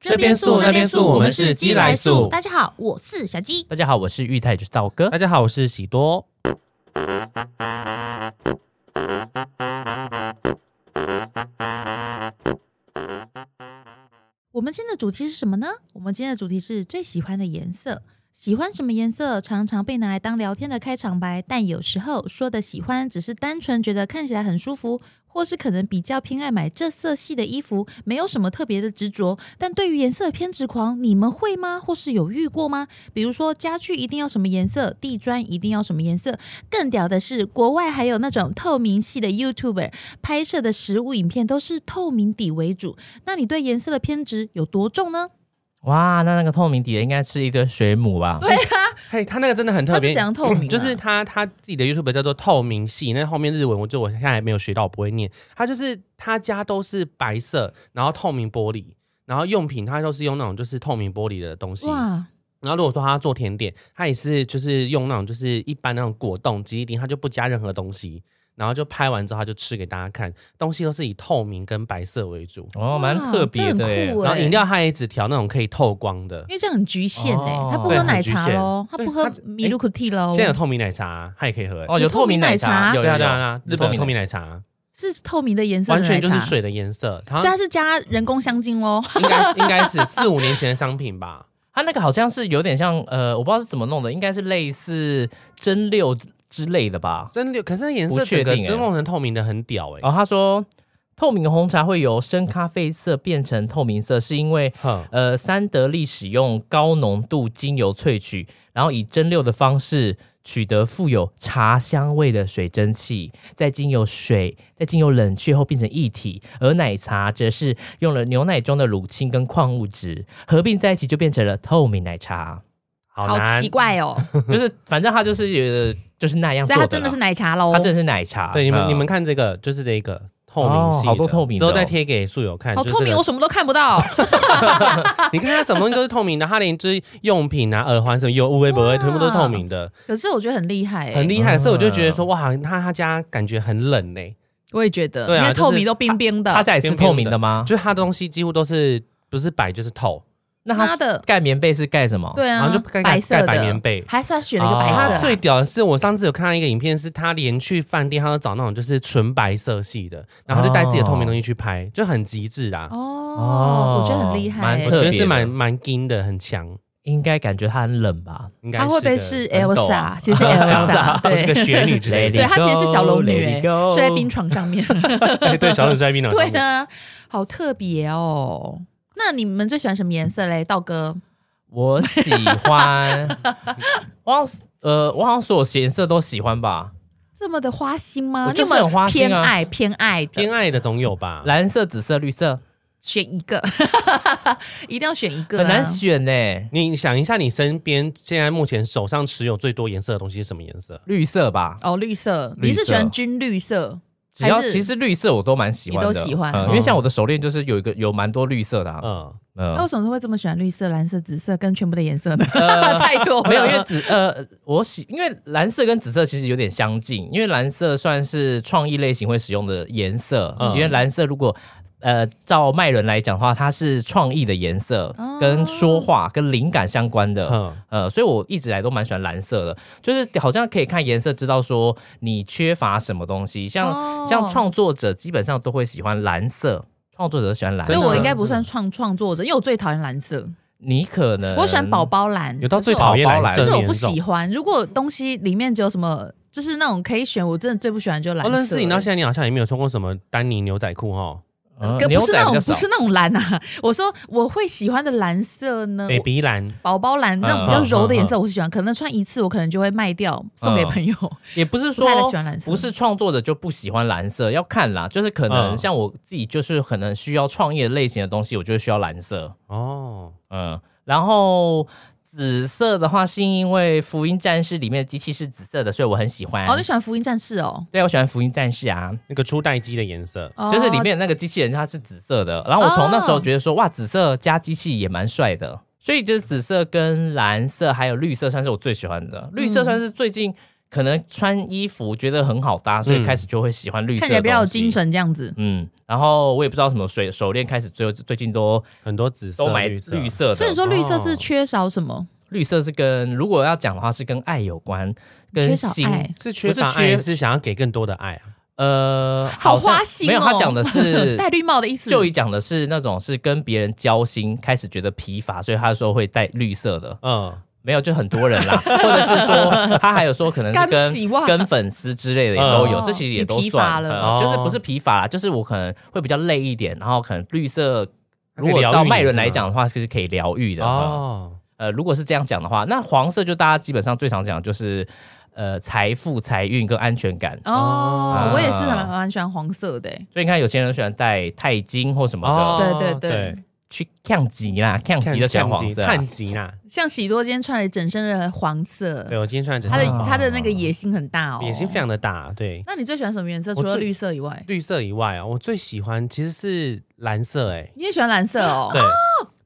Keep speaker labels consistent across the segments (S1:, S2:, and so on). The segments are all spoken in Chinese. S1: 这边素那边素我们是鸡来素
S2: 大家好，我是小鸡。
S1: 大家好，我是玉泰，就是道哥
S3: 大。家好，我是喜多。
S2: 我们今天的主题是什么呢？我们今天的主题是最喜欢的颜色。喜欢什么颜色，常常被拿来当聊天的开场白，但有时候说的喜欢，只是单纯觉得看起来很舒服，或是可能比较偏爱买这色系的衣服，没有什么特别的执着。但对于颜色的偏执狂，你们会吗？或是有遇过吗？比如说家具一定要什么颜色，地砖一定要什么颜色。更屌的是，国外还有那种透明系的 YouTuber 拍摄的食物影片都是透明底为主，那你对颜色的偏执有多重呢？
S1: 哇，那那个透明底的应该是一堆水母吧？对，
S3: 嘿，他那个真的很特
S2: 它
S3: 别，嗯
S2: 是怎样透明啊
S3: 就是他他自己的 YouTube 叫做透明系，那后面日文我就我现在还没有学到，我不会念。他就是他家都是白色，然后透明玻璃，然后用品他都是用那种就是透明玻璃的东西。
S2: 哇，
S3: 然后如果说他要做甜点，他也是就是用那种就是一般那种果冻、吉利丁，他就不加任何东西。然后就拍完之后，他就吃给大家看，东西都是以透明跟白色为主，
S1: 哦，蛮特别的耶
S2: 这很酷。对
S3: 然后饮料他也只调那种可以透光的。
S2: 因为这样很局限哎、
S1: 哦
S2: 他不喝奶茶喽，他
S3: 对
S2: 不
S3: 很局限
S2: 喝
S3: 对他
S2: 米露可 tea 喽
S3: 现，在有透明奶茶，他也可以喝、欸。
S1: 哦，有透明奶茶，有
S3: 对
S1: 有
S3: 啊
S1: 有
S3: 对啊对啊，日本有透明奶茶
S2: 是透明的颜色的
S3: 完
S2: 奶茶，
S3: 全就是，水啊的 颜色，然
S2: 所
S3: 后
S2: 以它是加人工香精喽。
S3: 应该应该是四五年前的商品吧。
S1: 它那个好像是有点像呃，我不知道是怎么弄的，应该是类似蒸馏之类的吧。
S3: 真的，可是那颜色
S1: 不确
S3: 整个
S1: 定欸哦
S3: 真弄成透明的很屌哎、
S1: 然后他说，透明红茶会由深咖啡色变成透明色，是因为
S3: 哼，
S1: 呃，三得利使用高浓度精油萃取，然后以蒸馏的方式取得富有茶香味的水蒸气，再经由水，再经由冷却后变成液体。而奶茶则是用了牛奶中的乳清跟矿物质合并在一起，就变成了透明奶茶。
S3: 好难
S2: 奇。怪 哦，
S1: 就是反正它就是有就是那样
S2: 所
S1: 做的啦，
S2: 以它真的是奶茶喽。
S1: 它真的是奶茶。
S3: 对，你们、
S1: 嗯
S3: 你们看这个，就是这个透明系的、
S1: 哦好多透明的
S3: 之
S1: 哦
S3: 后再贴给素友看。
S2: 好
S3: 就是
S2: 透明，
S3: 这
S2: 我
S3: 个
S2: 什么都看不到。
S3: 你看它什么东西都是透明的，它连就是用品啊、耳环什么有无微不微，
S2: 哇
S3: 全部都是透明的，
S2: 可是我觉得很厉害哎、
S3: 很厉害。
S1: 嗯
S3: 所以我就觉得说，哇，他他家感觉很冷欸呢、
S2: 我也觉得，
S3: 对啊
S2: 因为
S3: 就是
S2: 透明都冰冰的。
S1: 他嗯家也是
S3: 边边
S1: 透明的吗？
S3: 就是他的东西几乎都是不是白就是透，
S1: 那
S2: 妈
S1: 他
S2: 的
S1: 盖棉被是盖什么？
S2: 对啊，
S3: 哦然后就盖
S2: 白色的
S3: 盖白棉被
S2: 还是他选了一个
S1: 哦
S2: 白色啊、
S3: 哎他最屌的是，我上次有看到一个影片，是他连去饭店，他都找那种就是纯白色系的，然后他就带自己的透明东
S2: 哦
S3: 西去拍，就很极致啦。
S2: 哦，我觉得很厉害、
S1: 蛮
S3: 我
S2: 欸
S1: 特。别
S3: 觉得
S1: 的
S3: 是蛮蛮硬的，很强。
S1: 应该感觉他很冷吧？
S3: 应该
S2: 他
S3: 是
S2: 会不会
S3: 个
S2: 是
S3: 很抖
S2: Elsa？其实是 Elsa，
S3: Elsa，
S2: 对
S3: 是啊个雪女之类
S2: 对
S3: 的。
S2: 他其实是小龙女、欸，
S1: Let it go，
S2: 睡在冰床 上面。
S3: 哎对，小女摔冰冷。
S2: 对啊，好特别哦。那你们最喜欢什么颜色嘞？道哥，
S1: 我喜欢， 我好像呃，我好像所有颜色都喜欢吧。
S2: 这么的花心吗？
S1: 我就是
S2: 你有没有
S1: 很花心啊
S2: 偏爱偏爱的
S3: 偏爱的总有吧？
S1: 蓝色、紫色、绿色
S2: 选一个， 一定要选一个、啊，
S1: 很难选欸呢、
S3: 你想一下，你身边现在目前手上持有最多颜色的东西是什么颜色？
S1: 绿色吧，
S2: 哦。绿色，
S1: 绿色嗯
S2: 你是喜欢军绿色？
S1: 只要
S2: 还是
S1: 其实绿色我都蛮喜欢的，
S2: 你都喜欢哦
S1: 嗯因为像我的手链就是有一个有蛮多绿色的、啊，
S3: 嗯，
S1: 嗯
S2: 那为，什么会这么喜欢绿色、蓝色、紫色跟全部的颜色呢？
S1: 呃
S2: 太多了
S1: 没有，因为紫呃，我喜因为蓝色跟紫色其实有点相近，因为蓝色算是创意类型会使用的颜色，
S3: 嗯
S1: 因为蓝色如果呃照麦伦来讲的话，它是创意的颜色，
S2: 哦
S1: 跟说话跟灵感相关的，
S3: 嗯
S1: 呃，所以我一直以来都蛮喜欢蓝色的，就是好像可以看颜色知道说你缺乏什么东西，像、
S2: 哦
S1: 像创作者基本上都会喜欢蓝色。创作者喜欢蓝色，
S2: 所以
S3: 真的
S2: 我应该不算创创作者，因为我最讨厌蓝色，
S1: 你可能
S2: 我喜欢宝宝蓝，
S3: 有到最
S2: 可是我
S3: 讨厌蓝
S2: 可
S3: 色
S2: 是
S3: 的
S2: 我
S3: 那
S2: 不
S3: 种
S2: 喜。欢。如果东西里面只有什么，就是那种可以选，我真的最不喜欢就是蓝
S3: 我
S1: 哦
S2: 色。
S3: 认识哦你到现在，你好像也没有穿过什么丹尼牛仔裤哦哈
S1: 呃
S2: 可
S1: 牛
S2: 不是
S1: 仔
S2: 那
S1: 比
S2: 种
S1: 较
S2: 不
S1: 少。
S2: 是那种蓝啊， 我说我会喜欢的蓝色呢，嗯我
S3: ，baby 蓝。
S2: 宝宝蓝那种比较柔的颜
S1: 啊
S2: 色，我是喜欢。可能穿一次，我可能就会卖掉，送给朋友。
S1: 也不是说
S2: 不太喜欢蓝色
S1: 不是创作者就不喜欢蓝色，要看啦，就是可能
S3: 嗯
S1: 像我自己，就是可能需要创业类型的东西，我就需要蓝色，
S3: 哦，
S1: 嗯，然后。紫色的话，是因为《福音战士》里面的机器是紫色的，所以我很喜欢。
S2: 哦，你喜欢福音战士哦？
S1: 对，我喜欢《福音战士》啊，
S3: 那个初代机的颜色。
S2: 哦
S1: 哎就是里面那个机器人它是紫色的。然后我从那时候觉得说，哇，紫色加机器也蛮帅的。所以就是紫色跟蓝色还有绿色算是我最喜欢的，绿色算是最近可能穿衣服觉得很好搭，所以
S3: 嗯
S1: 开始就会喜欢绿色。
S2: 看起来比较有精。神这样子。
S1: 嗯，然后我也不知道什么水手链开始最最近都
S3: 很多紫色、
S1: 都买
S3: 绿色，
S1: 绿色的，
S2: 所以你说绿色
S3: 哦
S2: 是缺少什么？
S1: 绿色是跟如果要讲的话是跟爱有关，跟
S2: 缺少
S1: 心
S2: 爱
S3: 是缺乏
S1: 不是缺
S3: 爱，啊是想要给更多的爱啊。
S1: 呃，
S2: 好
S1: 像
S2: 花心哦
S1: 没有，他讲的是
S2: 戴绿帽的意思。
S1: 就以讲的是那种是跟别人交心，开始觉得疲乏，所以他说会带绿色的，
S3: 嗯，
S1: 没有就很多人啦，或者是说他还有说可能是
S2: 干
S1: 跟
S2: 洗袜
S1: 跟粉丝之类的也都有，
S2: 哦
S1: 这其实也都
S2: 你疲乏
S1: 算
S2: 了
S1: 呃就是不
S3: 哦
S1: 是疲乏啦，就是我可能会比较累一点，然后可能绿色。
S3: 它可
S1: 如
S3: 以
S1: 果
S3: 疗愈
S1: 照
S3: 你
S1: 脉轮
S3: 是
S1: 来
S3: 吗
S1: 讲的话，其实可以疗愈的。哦、
S3: 啊哦，
S1: 呃，如果是这样讲的话，那黄色就大家基本上最常讲就是，呃，财富、财运跟安全感。
S2: 哦，
S1: 啊
S2: 我也是蛮蛮喜欢黄色的欸。
S1: 所以你看，有些人喜欢戴钛金或什么的，
S3: 哦
S2: 对对对
S3: 对，
S1: 去抗吉啦，抗
S3: 看
S1: 吉的选
S3: 看
S1: 黄
S3: 吉
S1: 色啊、
S3: 看吉呐。
S2: 像喜多今天穿了整身的黄色
S3: 对，我今天穿的
S2: 他
S3: 这
S2: 的
S3: 身
S1: 哦
S2: 他的那个野心很大哦，
S3: 也是非。常的大，对。
S2: 那你最喜欢什么颜色？除
S3: 我
S2: 了
S3: 最
S2: 绿色以外，
S3: 绿色以外啊，我最喜欢其实是蓝色、欸，
S2: 你也喜欢蓝色哦？
S3: 对，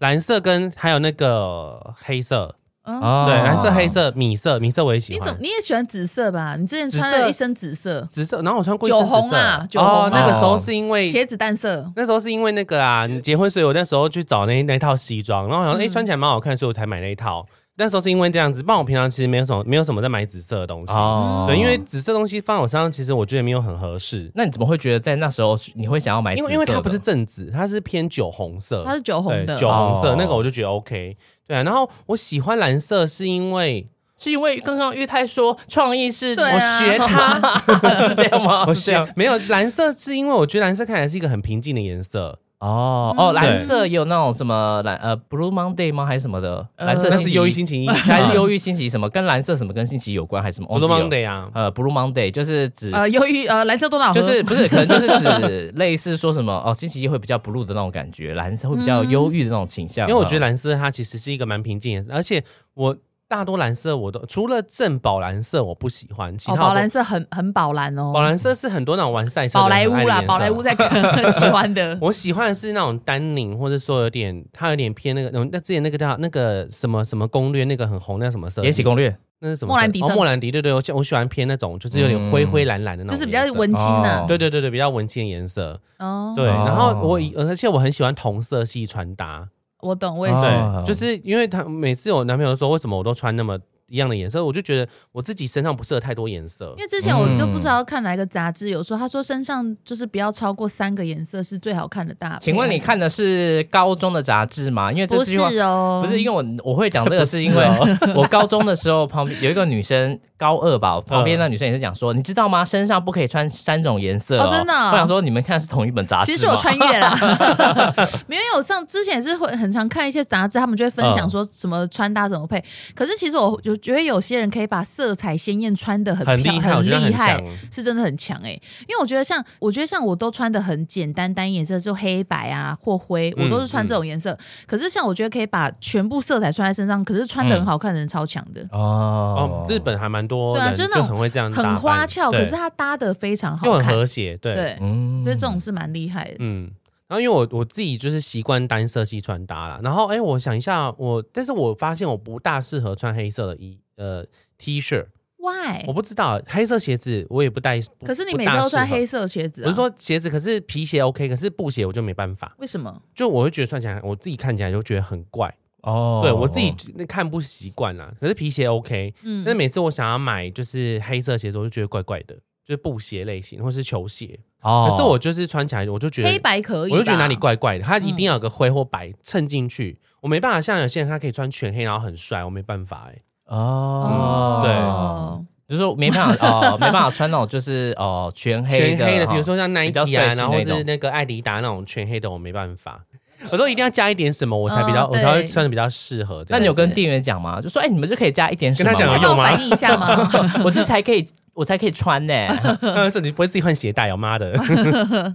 S3: 蓝色跟还有那个黑色，
S2: 嗯，
S1: 哦
S3: 对，蓝色、黑。色、米色，米色我也喜
S2: 你
S3: 欢。
S2: 怎么你也喜欢紫色吧？你之前穿
S3: 紫
S2: 了
S3: 色
S2: 一身紫色，
S3: 紫色，然后我穿过一身
S2: 酒红
S3: 紫色
S2: 啊哦酒红
S3: 哦，那个时候是因为。
S2: 茄子淡色。
S3: 那时候是因为那个啊，你结婚，所以我那时候去找那那套西装，然后好像哎、
S2: 嗯
S3: 诶穿起来蛮好看，所以我才买那一套。那时候是因为这样子，不然我平常其实没有什么没有什么在买紫色的东西，
S1: 哦，
S3: 对，因为紫色东西放我身上，其实我觉得没有很合适，
S1: 那你怎么会觉得在那时候是你会想要买紫
S3: 因
S1: 色
S3: 为
S1: 的？
S3: 因为它不是正紫，它是偏酒红色，
S2: 它是酒红的
S3: 对，酒红色、
S1: 哦
S3: 那个我就觉得 OK。对啊，然后我喜欢蓝色是因为
S1: 是因为刚刚玉泰说创意是，
S2: 对啊
S1: 我学 他是这样吗？
S3: 我
S1: 哦是这样
S3: 喜没有蓝色是因为我觉得蓝色看起来是一个很平静的颜色，
S1: 哦
S2: 嗯
S1: 哦，蓝色也有那种什么蓝呃 Blue Monday 吗？还是什么的？
S2: 呃
S1: 蓝色
S3: 那
S1: 星期
S3: 是忧郁 星期一，啊
S1: 还是忧郁星期什么？跟蓝色什么跟星期有关还是什么？
S3: 我都
S1: 忘记
S3: 忙
S1: 了
S3: 的呀。
S1: 呃 Blue Monday 就是指
S2: 呃，由于呃蓝色多好喝，
S1: 就是不是，可能就是指类似说什么哦，星期一会比较 blue 的那种感觉，蓝色会比较忧郁的那种倾向。
S3: 因为我觉得
S1: 得
S3: 蓝色它其实是一个蛮平静的颜色，而且我大多蓝色我都除了正宝蓝色我不喜欢，其
S2: 哦，
S3: 他
S2: 宝
S3: 我
S2: 蓝
S3: 都
S2: 色很很宝蓝哦，
S3: 宝蓝色是很多那种玩赛车的
S2: 宝莱
S3: 人
S2: 坞
S3: 很爱的
S2: 啦，
S3: 颜色
S2: 宝莱坞在 喜欢的。
S3: 我喜欢的是那种丹宁，或者说有点它有点偏那个，哦那之前那个叫那个什么什么攻略，那个很红，那什么色？
S1: 《延哦禧攻略》
S3: 那是什么色？
S2: 莫兰迪色
S3: 哦，莫兰迪，对对，我喜我喜欢偏那种，就是有点灰灰蓝蓝的那种
S2: 就
S3: 颜
S2: 是
S3: 色，
S2: 比较文青呐、
S1: 哦
S3: 对对对对，比较文青的颜色。
S2: 哦，
S3: 对，
S1: 哦
S3: 然后我以而且我很喜欢同色系穿搭，
S2: 我懂，我也
S1: 哦
S2: 是。
S3: 对，就是因为他每次我男朋友说为什么我都穿那么一样的颜色，我就觉得我自己身上不适合太多颜色
S2: 因。为之前我就不
S1: 嗯
S2: 知道看哪一个杂志，有说他说身上就是不要超过三个颜色是最好看的搭配。
S1: 请问你看的是高中的杂志吗？因为这
S2: 不
S1: 句话
S2: 是哦？
S1: 不是因为我我会讲这个，是因 为
S3: 哦
S1: 我高中的时候旁边有一个女生，高二吧，我旁边那女生也是讲说，你知道吗？身上不可以穿三种颜色
S2: 哦真的哦
S1: 我想说你们看的是同一本杂志
S2: 其
S1: 吗？
S2: 实我穿 越啦，没有我上之前也是会很常看一些杂志，他们就会分
S1: 嗯
S2: 享说什么穿搭怎么配。可是其实我就觉得有些人可以把色彩鲜艳穿的很
S3: 很
S2: 漂
S3: 厉害，我觉得
S2: 厉
S3: 很
S2: 害
S3: 强，。
S2: 是真的很强哎、因为我觉得像，我觉得像我都穿的很简单，单一颜色就黑白啊或灰，我
S3: 嗯
S2: 都是穿这种颜色。可是像我觉得可以把全部色彩穿在身上，可是穿的很好看的人超强的，
S1: 哦
S3: 哦，，日本还蛮多
S2: 对啊
S3: 人
S2: 就是
S3: 就
S2: 那种
S3: 很会这样嗯打扮，
S2: 很花俏，
S3: 对
S2: 可是它搭的非常
S3: 又
S2: 好
S3: 很
S2: 看，
S3: 和谐，对，
S2: 对，
S1: 嗯
S2: 所以这种是蛮厉害的。
S3: 嗯。然后因为我我自己就是习惯单色系穿搭啦，然后哎，我想一下，我但是我发现我不大适合穿黑色的衣呃 T 恤，
S2: Why？
S3: 我不知道黑色鞋子我也不带，
S2: 哎
S3: 不
S2: 可是你每次都穿黑，色鞋子、啊，
S3: 不大适合我是说鞋子，可是皮鞋 OK，可是布鞋我就没办法，
S2: 为什么？
S3: 就我会觉得穿起来我自己看起来就觉得很怪，
S1: 哦
S3: 对我自己看不习惯啦。可是皮鞋 OK，
S2: 嗯
S3: 但是每次我想要买就是黑色鞋子，我就觉得怪怪的，就是布鞋类型或是球鞋，
S1: 哦，
S3: 可是我就是穿起来我就觉得
S2: 黑白可以吧，
S3: 我就觉得哪里怪怪的，它一
S2: 嗯
S3: 定要有个灰或白衬进去。我没办法像有些人，他可以穿全黑，然后很帅，我没办法哎、
S1: 哦，
S2: 哦，
S1: 就是说没办法哦，没办法穿那种就是哦全黑
S3: 全
S1: 的，
S3: 黑的，
S1: 哈
S3: 比如说像
S1: 比较
S3: Nike
S1: 帅
S3: 啊，
S1: 气
S3: 然后
S1: 那种
S3: 是那个艾迪达那种全黑的，我没办法。我说一定要加一点什么，我才比较，
S2: 嗯
S3: 我才会
S2: 对
S3: 穿的比较适合这样子。
S1: 哦那你有跟店员讲吗？就说哎，你们这可以加一点什么吗？哦
S3: 跟他
S2: 你
S3: 讲
S2: 帮
S3: 有
S2: 我
S3: 吗
S2: 反映一下 吗？
S1: 我这才可以，我才可以穿呢。
S3: 那呃时候你不会自己换鞋带哦，妈的！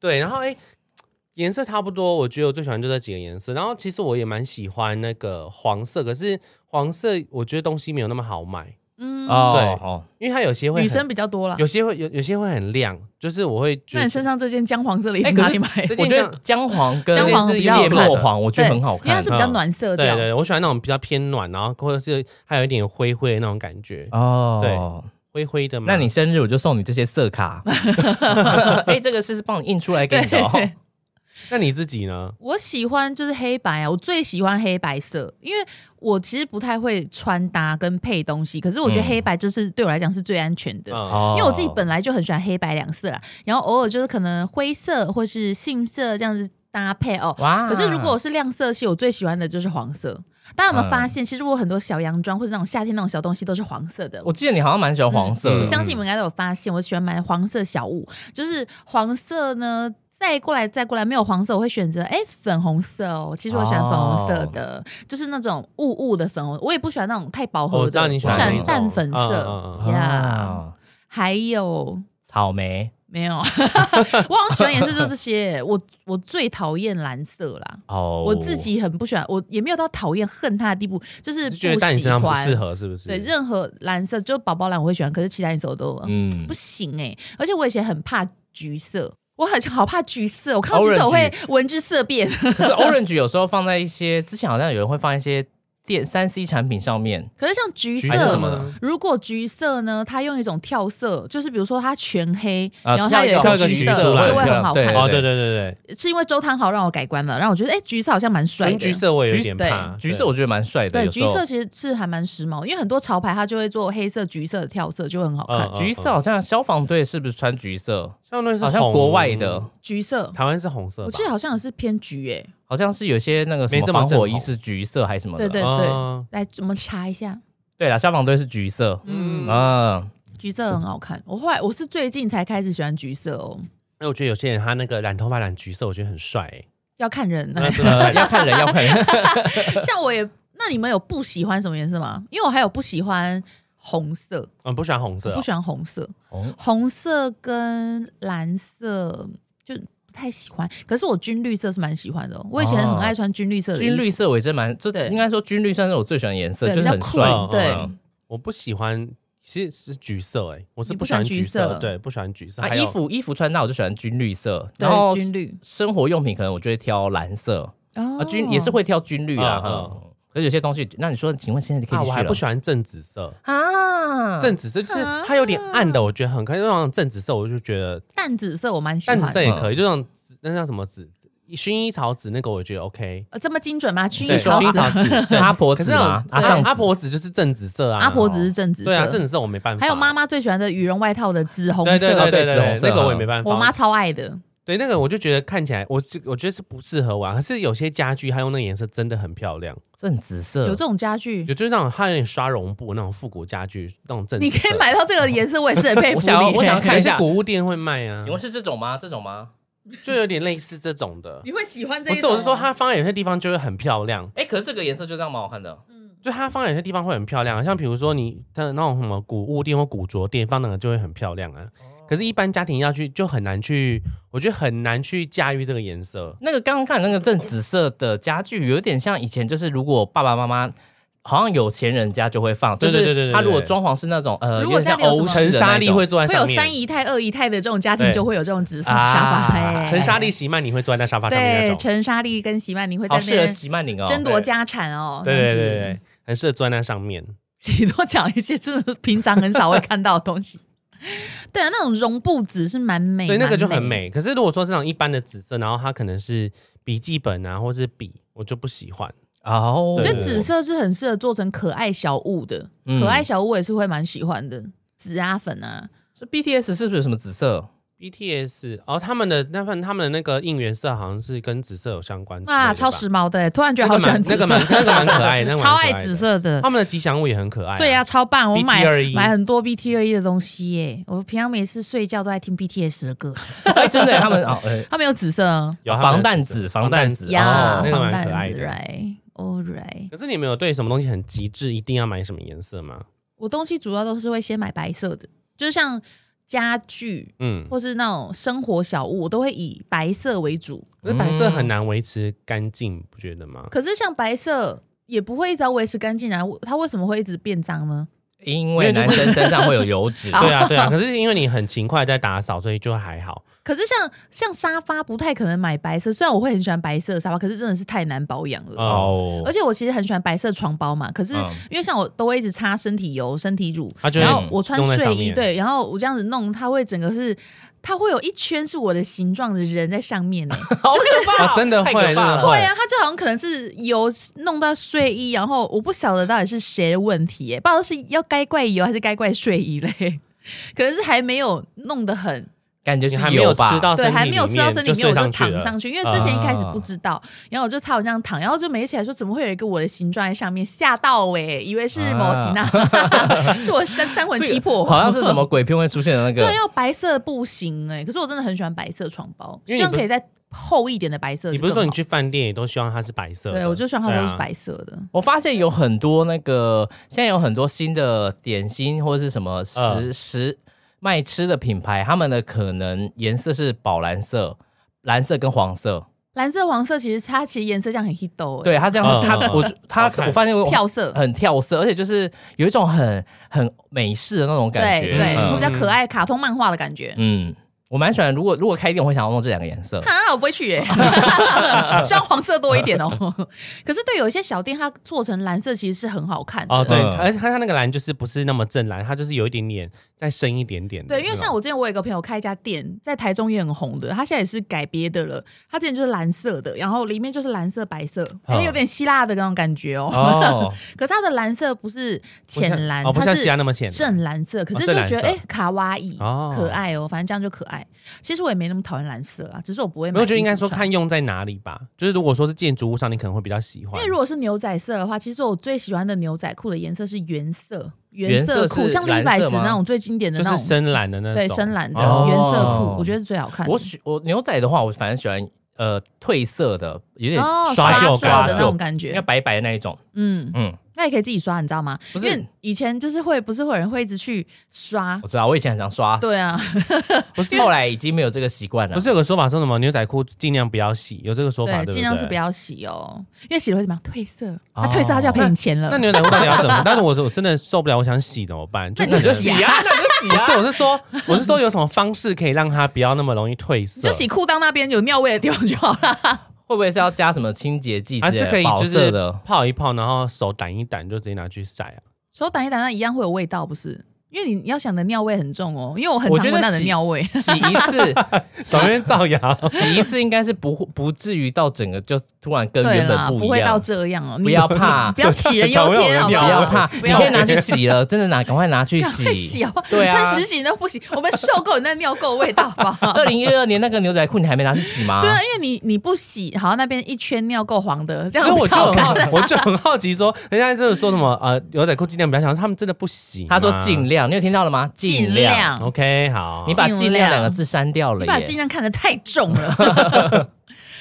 S3: 对，然后哎，颜色差不多，我觉得我最喜欢就这几个颜色。然后其实我也蛮喜欢那个黄色，可是黄色我觉得东西没有那么好买，
S2: 嗯，
S1: 哦哦，
S3: 因为它有些会
S2: 女
S3: 很
S2: 生比较多啦。
S3: 有些会有有些会很亮，就是我会觉
S2: 那
S3: 得
S2: 你身上这件姜黄色的衣服
S1: 哎可
S2: 哪
S1: 是
S2: 里买的？
S3: 这
S1: 我
S3: 件
S1: 觉
S3: 这样
S1: 得姜黄跟
S2: 姜黄比较
S1: 芥
S2: 好看
S1: 末黄，我觉
S2: 对，
S1: 得很好
S2: 因为它
S1: 看
S2: 是。比较暖色
S3: 对嗯对
S2: 调。
S3: 对，我喜欢那种比较偏暖，然后或者是还有一点灰灰的那种感觉，
S1: 哦
S3: 对灰灰的嘛。
S1: 那你生日我就送你这些色 卡，哎、这个是帮你印出来给你的、哦。
S2: 对，
S3: 那你自己呢？
S2: 我喜欢就是黑白啊，我最喜欢黑白色，因为我其实不太会穿搭跟配东西，可是我觉得
S1: 嗯
S2: 黑白就是对我来讲是最安全的。
S3: 嗯，
S1: 哦
S2: 因为我自己本来就很喜欢黑白两色啦，然后偶尔就是可能灰色或是杏色这样子搭配哦。
S1: 哇
S2: 可是如果我是亮色系，我最喜欢的就是黄色。大家有没有发
S1: 嗯
S2: 现，其实我很多小洋装或者那种夏天那种小东西都是黄色的。
S1: 我记得你好像蛮喜欢黄色
S2: 我
S1: 的，
S2: 相信你们应该都有发现，我喜欢买黄色小物，就是黄色呢。再过来，再过来，没有黄色，我会选择哎粉红色哦。其实我喜欢粉红色的，
S3: 哦
S2: 就是那种雾雾的粉红，我也不喜欢那种太饱和的。
S3: 我知道你
S2: 喜
S3: 喜欢
S1: 哪一
S2: 欢
S1: 种
S2: 淡粉色。
S3: 嗯嗯嗯
S1: 哦
S2: 呀还有
S1: 草莓
S2: 没有？我好像喜欢颜色就这些。我我最讨厌蓝色啦，
S1: 哦，
S2: 我自己很不喜欢，我也没有到讨厌恨它的地步，就是
S3: 就
S2: 不
S3: 觉得在你
S2: 喜
S3: 身上不
S2: 欢。
S3: 适合，是不是？
S2: 对，任何蓝色，就宝宝蓝我会喜欢，可是其他颜色我都
S1: 嗯
S2: 哦不行哎、而且我以前很怕橘色，我很好怕橘色，我看到橘
S1: Orange
S2: 色我会闻之色变。
S1: 可是 orange 有时候放在一些之前好像有人会放一些电三 C 产品上面，
S2: 可是像橘
S3: 橘色
S1: 是
S2: 色
S1: 什么
S3: 呢
S2: 如果橘色呢，它用一种跳色，就是比如说它全黑，
S1: 啊
S2: 然后它有
S1: 跳
S3: 一个
S2: 橘
S3: 橘色
S2: 色，
S3: 来
S2: 就会很好看。
S1: 对
S3: 哦，对对对
S2: 是因为周汤豪让我改观了，让我觉得哎、橘色好像蛮
S3: 对，
S2: 帅的。
S3: 纯橘色我也有
S1: 橘
S3: 点
S2: 对
S3: 怕，
S1: 橘色
S3: 啊对
S1: 我觉得蛮帅的，
S2: 对，
S1: 有时
S2: 橘
S1: 候
S2: 色其实是还蛮时髦，因为很多潮牌它就会做黑色、橘色的跳色，就会很好看。
S3: 嗯
S1: 橘色好像消防队是不是穿橘色？
S3: 像那是
S1: 好像
S3: 红
S1: 国外的，
S2: 橘色，
S3: 台湾是红色吧，
S2: 我记得好像也是偏橘欸诶、
S1: 好像是有些那个什
S3: 没
S1: 么
S3: 这么
S1: 防
S3: 正
S1: 火衣
S3: 统
S1: 是橘色还是什么的。
S2: 对对对，
S3: 嗯
S2: 来我们查一下，
S1: 对啦，消防队是橘色。
S2: 嗯
S3: 嗯，
S1: 嗯，
S2: 橘色很好看。我后来我是最近才开始喜欢橘色哦，
S3: 哎，我觉得有些人他那个染头发染橘色，我觉得很帅欸。
S2: 要看 人、
S1: 那真的要看人， 要看人。
S2: 像我也，那你们有不喜欢什么颜色吗？因为我还有不喜欢红色，
S3: 嗯，不喜欢红色
S2: 我
S3: 哦，
S2: 不喜欢红色，
S1: 红
S2: 红色跟蓝色就不太喜欢。可是我军绿色是蛮喜欢的哦、我以前很爱穿军绿色的衣服、
S1: 军绿色我也真蛮，这
S2: 对
S1: 应该说军绿算是我最喜欢的颜色，
S2: 对
S1: 就是很
S2: 比较酷
S1: 帅。
S3: 嗯
S2: 对。
S1: 嗯
S3: 我不喜欢，其实是橘色哎、我是
S2: 你不
S3: 喜欢
S2: 喜欢
S3: 橘
S2: 橘色
S3: 对，不喜欢橘色。
S1: 啊，
S3: 还有
S1: 衣服衣服穿搭我就喜欢军绿色，然后
S2: 对，军绿
S1: 生活用品可能我就会挑蓝色
S2: 啊
S1: 啊，军也是会挑军绿啊。
S3: 嗯嗯
S1: 嗯可是有些东西，那你说，请问现在可以
S3: 啊，
S1: 继
S3: 我
S1: 续
S3: 还
S1: 了
S3: 不喜欢正紫色，
S1: 啊？
S3: 正紫色就是
S2: 啊
S3: 它有点暗的，我觉得很可以。那种正紫色，我就觉得
S2: 淡紫色，我蛮喜
S3: 淡
S2: 欢。
S3: 紫色也可
S1: 嗯
S3: 以，就那种紫那叫什么紫，薰衣草紫那个我觉得 OK。
S2: 呃，这么精准吗？薰
S3: 对
S2: 衣
S3: 薰衣
S2: 草
S3: 草
S2: 紫，
S3: 紫， 对
S1: 阿婆
S3: 可
S1: 子
S3: 是那
S1: 嘛
S3: 种，
S1: 阿
S3: 对
S1: 上
S3: 阿婆紫就是正紫色啊，
S2: 阿婆只是正紫色，
S3: 对啊，正紫色我没办法。
S2: 还有妈妈最喜欢的羽绒外套的紫红
S3: 对，
S2: 色，
S3: 对对对
S1: 对
S3: 对
S1: 紫红
S3: 对，
S1: 色
S3: 那个我
S1: 嗯
S3: 也没办法。
S2: 我妈超爱的。
S3: 对那个我就觉得看起来我是我觉得是不适合我啊，可是有些家具它用那个颜色真的很漂亮。
S1: 正紫
S3: 嗯
S2: 有
S1: 色
S2: 这，种家具，
S3: 有就是那种它有点刷绒布那种复古家具，那种正
S2: 你
S3: 紫色
S2: 可以买到这个颜色，我也是很佩服
S1: 我想要
S2: 你
S1: 我想要
S3: 可
S1: 看
S3: 能
S1: 一
S3: 是
S1: 下
S3: 古物店会卖啊
S1: 请，问是这种吗？这种吗？
S3: 就有点类似这种的。
S2: 你会喜欢这
S3: 不
S2: 一
S3: 是，
S2: 种哦？
S3: 我是说它放在有些地方就会很漂亮，
S1: 哎，可是这个颜色就这样蛮好看的。
S3: 就它放在有些地方会很漂亮，像比如说你的那种什么古物店或古着店放那个就会很漂亮啊。
S1: 哦
S3: 可是，一般家庭要去就很难去，我觉得很难去驾驭这个颜色。
S1: 那个刚刚看那个正紫色的家具，有点像以前就是如果爸爸妈妈。好像有钱人家就会放，就
S3: 对对对对
S1: 是
S3: 对
S1: 他如果装潢是那种呃，
S2: 如果
S1: 有点像
S2: 家里有什
S1: 欧
S2: 么
S1: 式
S3: 陈
S1: 的那
S3: 莎莉
S1: 种，哦
S3: 会坐在
S2: 嗯会
S3: 上
S2: 有
S3: 面，
S2: 三姨太、二姨太的这种家庭，
S3: 对
S2: 就会有这种紫色
S1: 啊
S2: 沙发。哎
S3: 陈莎莉、席曼妮会坐在那沙发上面那
S2: 对
S3: 种，
S2: 陈莎莉跟席曼妮会在
S1: 好
S2: 那
S1: 适合
S2: 边
S1: 席曼玲哦，
S2: 争夺家产哦。
S3: 对对对对
S2: 这样
S3: 对，很适合坐在那上面。
S2: 子，喜多讲一些真的是平常很少会看到的东西。 对啊，那种绒布紫是蛮美，
S3: 对，那个
S2: 蛮
S3: 就很。美。可是如果说这种一般的紫色，然后它可能是笔记本啊，或是笔，我就不喜欢。
S1: 哦，
S2: 我觉
S3: 对
S2: 得紫色是很适合做成可爱小物的，
S1: 嗯
S2: 可爱小物我也是会蛮喜欢的，紫啊粉啊，
S1: 是 BTS 是不是有什么紫色？
S3: BTS，哦，他们的那份他们的那个应援色好像是跟紫色有相关之类的吧，
S2: 哇，超时髦的，欸突然觉
S3: 那
S2: 得好
S3: 个
S2: 喜欢
S3: 蛮
S2: 紫
S3: 那
S2: 色，
S3: 个蛮那个蛮可爱的，那个蛮
S2: 超
S3: 可
S2: 爱
S3: 爱
S2: 紫
S3: 的。
S2: 色的。
S3: 他们的吉祥物也很可爱、啊
S2: 对啊呀、
S3: 哎呀、
S2: 超棒！我买
S3: BT21
S2: 买很多 BT 二一的东西耶。我平常每次睡觉都在听 BTS 的歌，
S1: 哎，真的，他们哦，哎
S2: 他们有紫色啊
S3: 有他们的
S1: 防弹
S3: 紫
S1: 紫，
S3: 色
S1: 防弹紫，
S2: 呀，
S1: 哦
S3: 那，个
S2: 防
S3: 蛮
S2: 弹
S3: 可爱的
S2: 紫，right all right。
S3: 可是你们有对什么东西很极致，一定要买什么颜色吗？
S2: 我东西主要都是会先买白色的，就是像家具
S3: 嗯，
S2: 或是那种生活小物，我都会以白色为主。
S3: 可是白色很难维持干净，不觉得吗？
S2: 可是像白色也不会一直要维持干净啊，它为什么会一直变脏呢？
S1: 因为男生身上会有油脂，
S2: 哦
S3: 对啊，对啊。可是因为你很勤快在打扫，所以就还好。
S2: 可是像像沙发不太可能买白色，虽然我会很喜欢白色的沙发，可是真的是太难保养了。
S1: 哦
S2: 而，且我其实很喜欢白色床包嘛，可是
S1: 嗯
S2: 因为像我都会一直擦身体油、身体乳，
S3: 啊它就会
S2: 然后我穿
S3: 用在上
S2: 睡衣，
S3: 面
S2: 对，然后我这样子弄，它会整个是，它会有一圈是我的形状的人在上面 呢、
S1: 好可怕
S3: 啊真的
S1: 太
S3: 会
S1: 可怕
S3: 真的
S1: 了
S3: 会
S2: 对啊，它就好像可能是油弄到睡衣，然后我不晓得到底是谁的问题、欸耶，不知道是要该怪油还是该怪睡衣嘞， 可能是还没有弄得很
S1: 感觉
S3: 你
S1: 是
S3: 还没
S1: 油
S3: 有
S1: 吧
S3: 吃？到身
S2: 对，
S3: 体里面，
S2: 还没有吃到身体
S3: 就
S2: 里面，
S3: 睡
S2: 我就
S3: 上去
S2: 躺
S3: 了。
S2: 上去，因为之前一开始
S1: 啊
S2: 不知道，然后我就擦我这样躺，然后就没起来说怎么会有一个我的形状在上面，吓到哎、以为是模型啊， 是我三三魂
S1: 这个
S2: 七魄，
S1: 好像是什么鬼啊片会出现的那
S2: 对，啊
S1: 个。
S2: 要白色不行哎、可是我真的很喜欢白色床包，
S3: 因为你
S2: 希望
S3: 不
S2: 可以
S3: 是
S2: 再厚一点的白色。
S3: 你不是说你？去饭店也都希望它是白色的？
S2: 对，我就希望它都
S3: 对
S2: 是
S3: 啊
S2: 白色的。
S1: 我发现有很多那个，现在有很多新的点心或者是什么食
S3: 嗯
S1: 食卖吃的品牌，他们的可能颜色是宝蓝色、蓝色跟黄色。
S2: 蓝色、黄色其实它其实颜色这样很 hit 斗哎、
S1: 对，它这样，
S3: 嗯
S1: 它
S3: 嗯
S1: 我
S3: 嗯
S1: 它
S3: 好看
S1: 我发现我
S2: 跳色。
S1: 很跳色，而且就是有一种很很美式的那种感
S2: 对
S1: 觉。
S2: 对，
S1: 嗯
S2: 会比较可爱，卡通漫画的感觉。
S1: 嗯，我蛮喜欢。如果如果开店，我会想要弄这两个 颜色。
S2: 哈，我不会去 耶、欸，希望黄色多一点哦、 可是对有一些小店，它做成蓝色其实是很好看的。
S3: 哦，对，
S1: 嗯
S3: 而且它它那个蓝就是不是那么正蓝，它就是有一点点再深一点点的那种。
S2: 对，因为像我之前我有一个朋友开一家店，在台中也很红的，他现在也是改别的了。他之前就是蓝色的，然后里面就是蓝色、白色，
S3: 啊
S2: 还有点希腊的那种感觉哦、
S1: 哦，
S2: 可是它的蓝色不是浅蓝，
S3: 不像啊哦，不
S2: 它
S3: 像西
S2: 是
S3: 安那么浅蓝
S2: 正蓝色，可
S3: 哦
S2: 是就
S3: 正蓝
S2: 觉得
S3: 色
S2: 哎、卡哇伊，
S3: 哦
S2: 可爱哦、反正这样就可爱。其实我也没那么讨厌蓝色啦，只是我不会买
S3: 没有，就应该
S2: 衣服
S3: 说
S2: 穿
S3: 看用在哪里吧。就是如果说是建筑物上，你可能会比较喜
S2: 因
S3: 欢。
S2: 为如果是牛仔色的话，其实我最喜欢的牛仔裤的颜色是原色，
S1: 原色
S2: 色裤，
S1: 是
S2: 像 l
S1: 蓝
S2: e
S1: 色
S2: v
S1: 吗
S2: i 那种最经典的
S3: 就
S2: 那
S3: 是
S2: 种，
S3: 深蓝的那种，
S2: 对深蓝的
S1: 哦
S2: 原色裤，我觉得是最好看的。
S1: 我喜我牛仔的话，我反正喜欢呃褪色的，有点
S2: 哦
S1: 刷
S2: 刷
S1: 旧
S2: 色
S1: 感
S2: 的那种感觉
S1: 要白白的那一种。
S2: 嗯，
S1: 嗯，
S2: 那也可以自己刷，你知道吗？
S1: 不
S2: 因
S1: 是
S2: 为以前就是会，不是会有人会一直去刷
S1: 我，知道，我以前很常刷，
S2: 对啊，
S1: 不是后来已经没有这个习惯了。
S3: 不是有个说法说什么牛仔裤尽量不要洗，有这个说法，
S2: 对，
S3: 对不对？
S2: 尽量是不。要洗哦，因为洗了会怎么样？褪色，
S1: 哦
S2: 那褪色它就要赔你钱了
S3: 那。牛仔裤到底要怎 么？但是我我真的受不了，我想洗怎么办？就
S2: 那你
S3: 只
S2: 就
S3: 能
S2: 洗
S1: 啊，那就
S3: 不是，我是说，我是说有什么方式可以让它不要那么容易褪色？
S2: 你就洗裤裆那边有尿味的地方就好了。
S1: 会不会是要加什么清洁剂之
S3: 还
S1: 类的？
S3: 是可以
S1: 保
S3: 就
S1: 色
S3: 是
S1: 的。
S3: 泡一泡，然后手掸一掸，就直接拿 去晒啊。
S2: 手掸一掸，那一样会有味道，不是？因为你你要想的尿味很重哦，因为我很
S1: 我
S2: 常
S1: 觉得
S2: 闻到你的
S1: 洗
S2: 尿味。
S1: 洗一 次，
S3: 手边造谣，
S1: 洗一次应该是不会不至于到整个就突然跟
S2: 对
S1: 原
S2: 啦，
S1: 本
S2: 不
S1: 一
S2: 会到
S1: 样。
S2: 这样哦，
S1: 不
S2: 你
S1: 要怕
S2: 不要杞人忧天，好
S3: 不
S1: 不
S3: 要
S1: 要
S2: 好？
S1: 怕，
S2: 不
S1: 你
S2: 要
S1: 可以拿去洗了，真的拿，赶快拿去
S2: 赶快洗
S1: 洗。
S2: 好不好？
S1: 对啊
S2: 你穿十几年都不洗，我们受够你那尿垢味道好 不好？
S1: 二零一二年那个牛仔裤你还没拿去洗吗？
S2: 对啊，因为你你不洗，好像那边一圈尿垢黄的，这样
S3: 所以我
S2: 比
S3: 就
S2: 较好
S3: 很
S2: 看。
S3: 好，我就很好奇说，人家就是说什么呃牛仔裤尽量不要想，他们真的不洗吗。
S1: 他说尽量，你有听到了吗？
S2: 尽
S1: 量，
S2: 量，
S3: OK 好，
S1: 你把
S2: 尽
S1: 尽量
S2: 量
S1: 两个字删掉了
S2: 你把
S1: 耶
S2: 尽。量看得太重 了，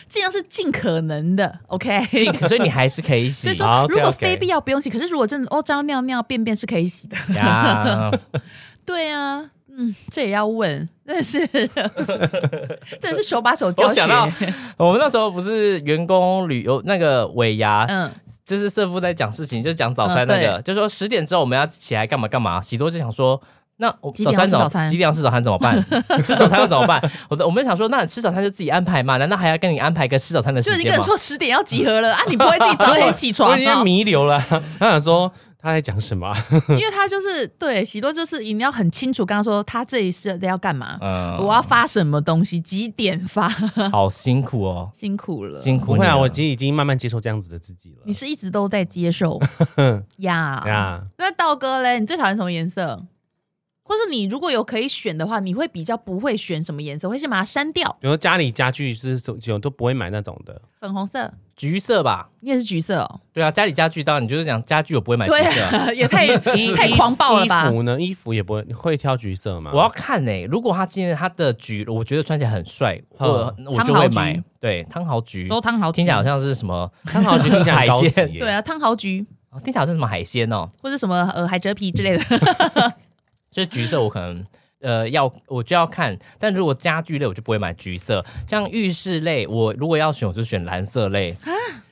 S2: 尽量是尽可能的，OK。
S1: 尽所以你还是可以
S2: 所
S1: 洗
S2: 以说，
S3: OK，OK
S2: 如果非必要不用洗，可是如果真的哦，沾到尿尿便便是可以洗的。
S1: 呀。
S2: 对啊，嗯，这也要问，真的是， 真的是手把手教
S1: 我
S2: 学
S1: 想。到我们那时候不是员工旅游那个尾牙，
S2: 嗯，
S1: 就是社夫在讲事情，就是讲早餐那个，就说十点之后我们要起来干嘛干嘛。喜多就想说，那我
S2: 几
S1: 早
S2: 点
S1: 餐
S2: 要吃
S1: 怎
S2: 早
S1: 么
S2: 餐
S1: 几点要吃早餐怎么办？吃早餐要怎么办？我的我们想说，那你吃早餐就自己安排嘛，难道还要跟你安排个吃早餐的
S2: 就
S1: 时
S2: 是你跟
S1: 间
S2: 人
S1: 吗？
S2: 说十点要集合了啊，你不会自己早点起床
S3: 我已经
S2: 啊？
S3: 弥留了。 他想说他在讲什么啊？
S2: 因为他就是对喜多，就是一定要很清楚，跟他说他这一次要干嘛，我
S1: 嗯，
S2: 要发什么东西，几点发，
S1: 好辛苦哦，
S2: 辛苦了。
S1: 辛苦
S3: 不
S1: 你
S3: 会啊，
S1: 了
S3: 我其实已经慢慢接受这样子的自己了。
S2: 你是一直都在 接受呀
S3: 呀，
S2: 那道哥嘞，你最讨厌什么颜色？或是你如果有可以选的话，你会比较不会选什么颜色？会先把它删掉，
S3: 比如说家里家具是什么都不会买那种的，
S2: 粉红色。
S1: 橘色吧。
S2: 你也是橘色哦，
S1: 对啊，家里家具当然你就是讲家具，我不会买橘 色啊。
S2: 也太太狂暴了吧
S3: 衣？服呢？衣服也不会，你会挑橘色吗？
S1: 我要看呢、如果他今天他的橘，我觉得穿起来很帅，我
S3: 嗯
S1: 我就会
S2: 汤豪橘
S1: 买。对，汤豪橘，
S2: 都汤豪橘
S1: 听起来好像是什么
S3: 刚好去听起来很高级
S1: 海
S3: 耶。
S2: 对啊，汤豪橘
S1: 哦听起来好像是什么海鲜哦，
S2: 或者什么呃海蜇皮之类的。
S1: 就是橘色我可能。呃，要我就要看，但如果
S2: 啊
S1: 家具类我就不会买橘色，像浴室类，我如果要选，我就选蓝色类。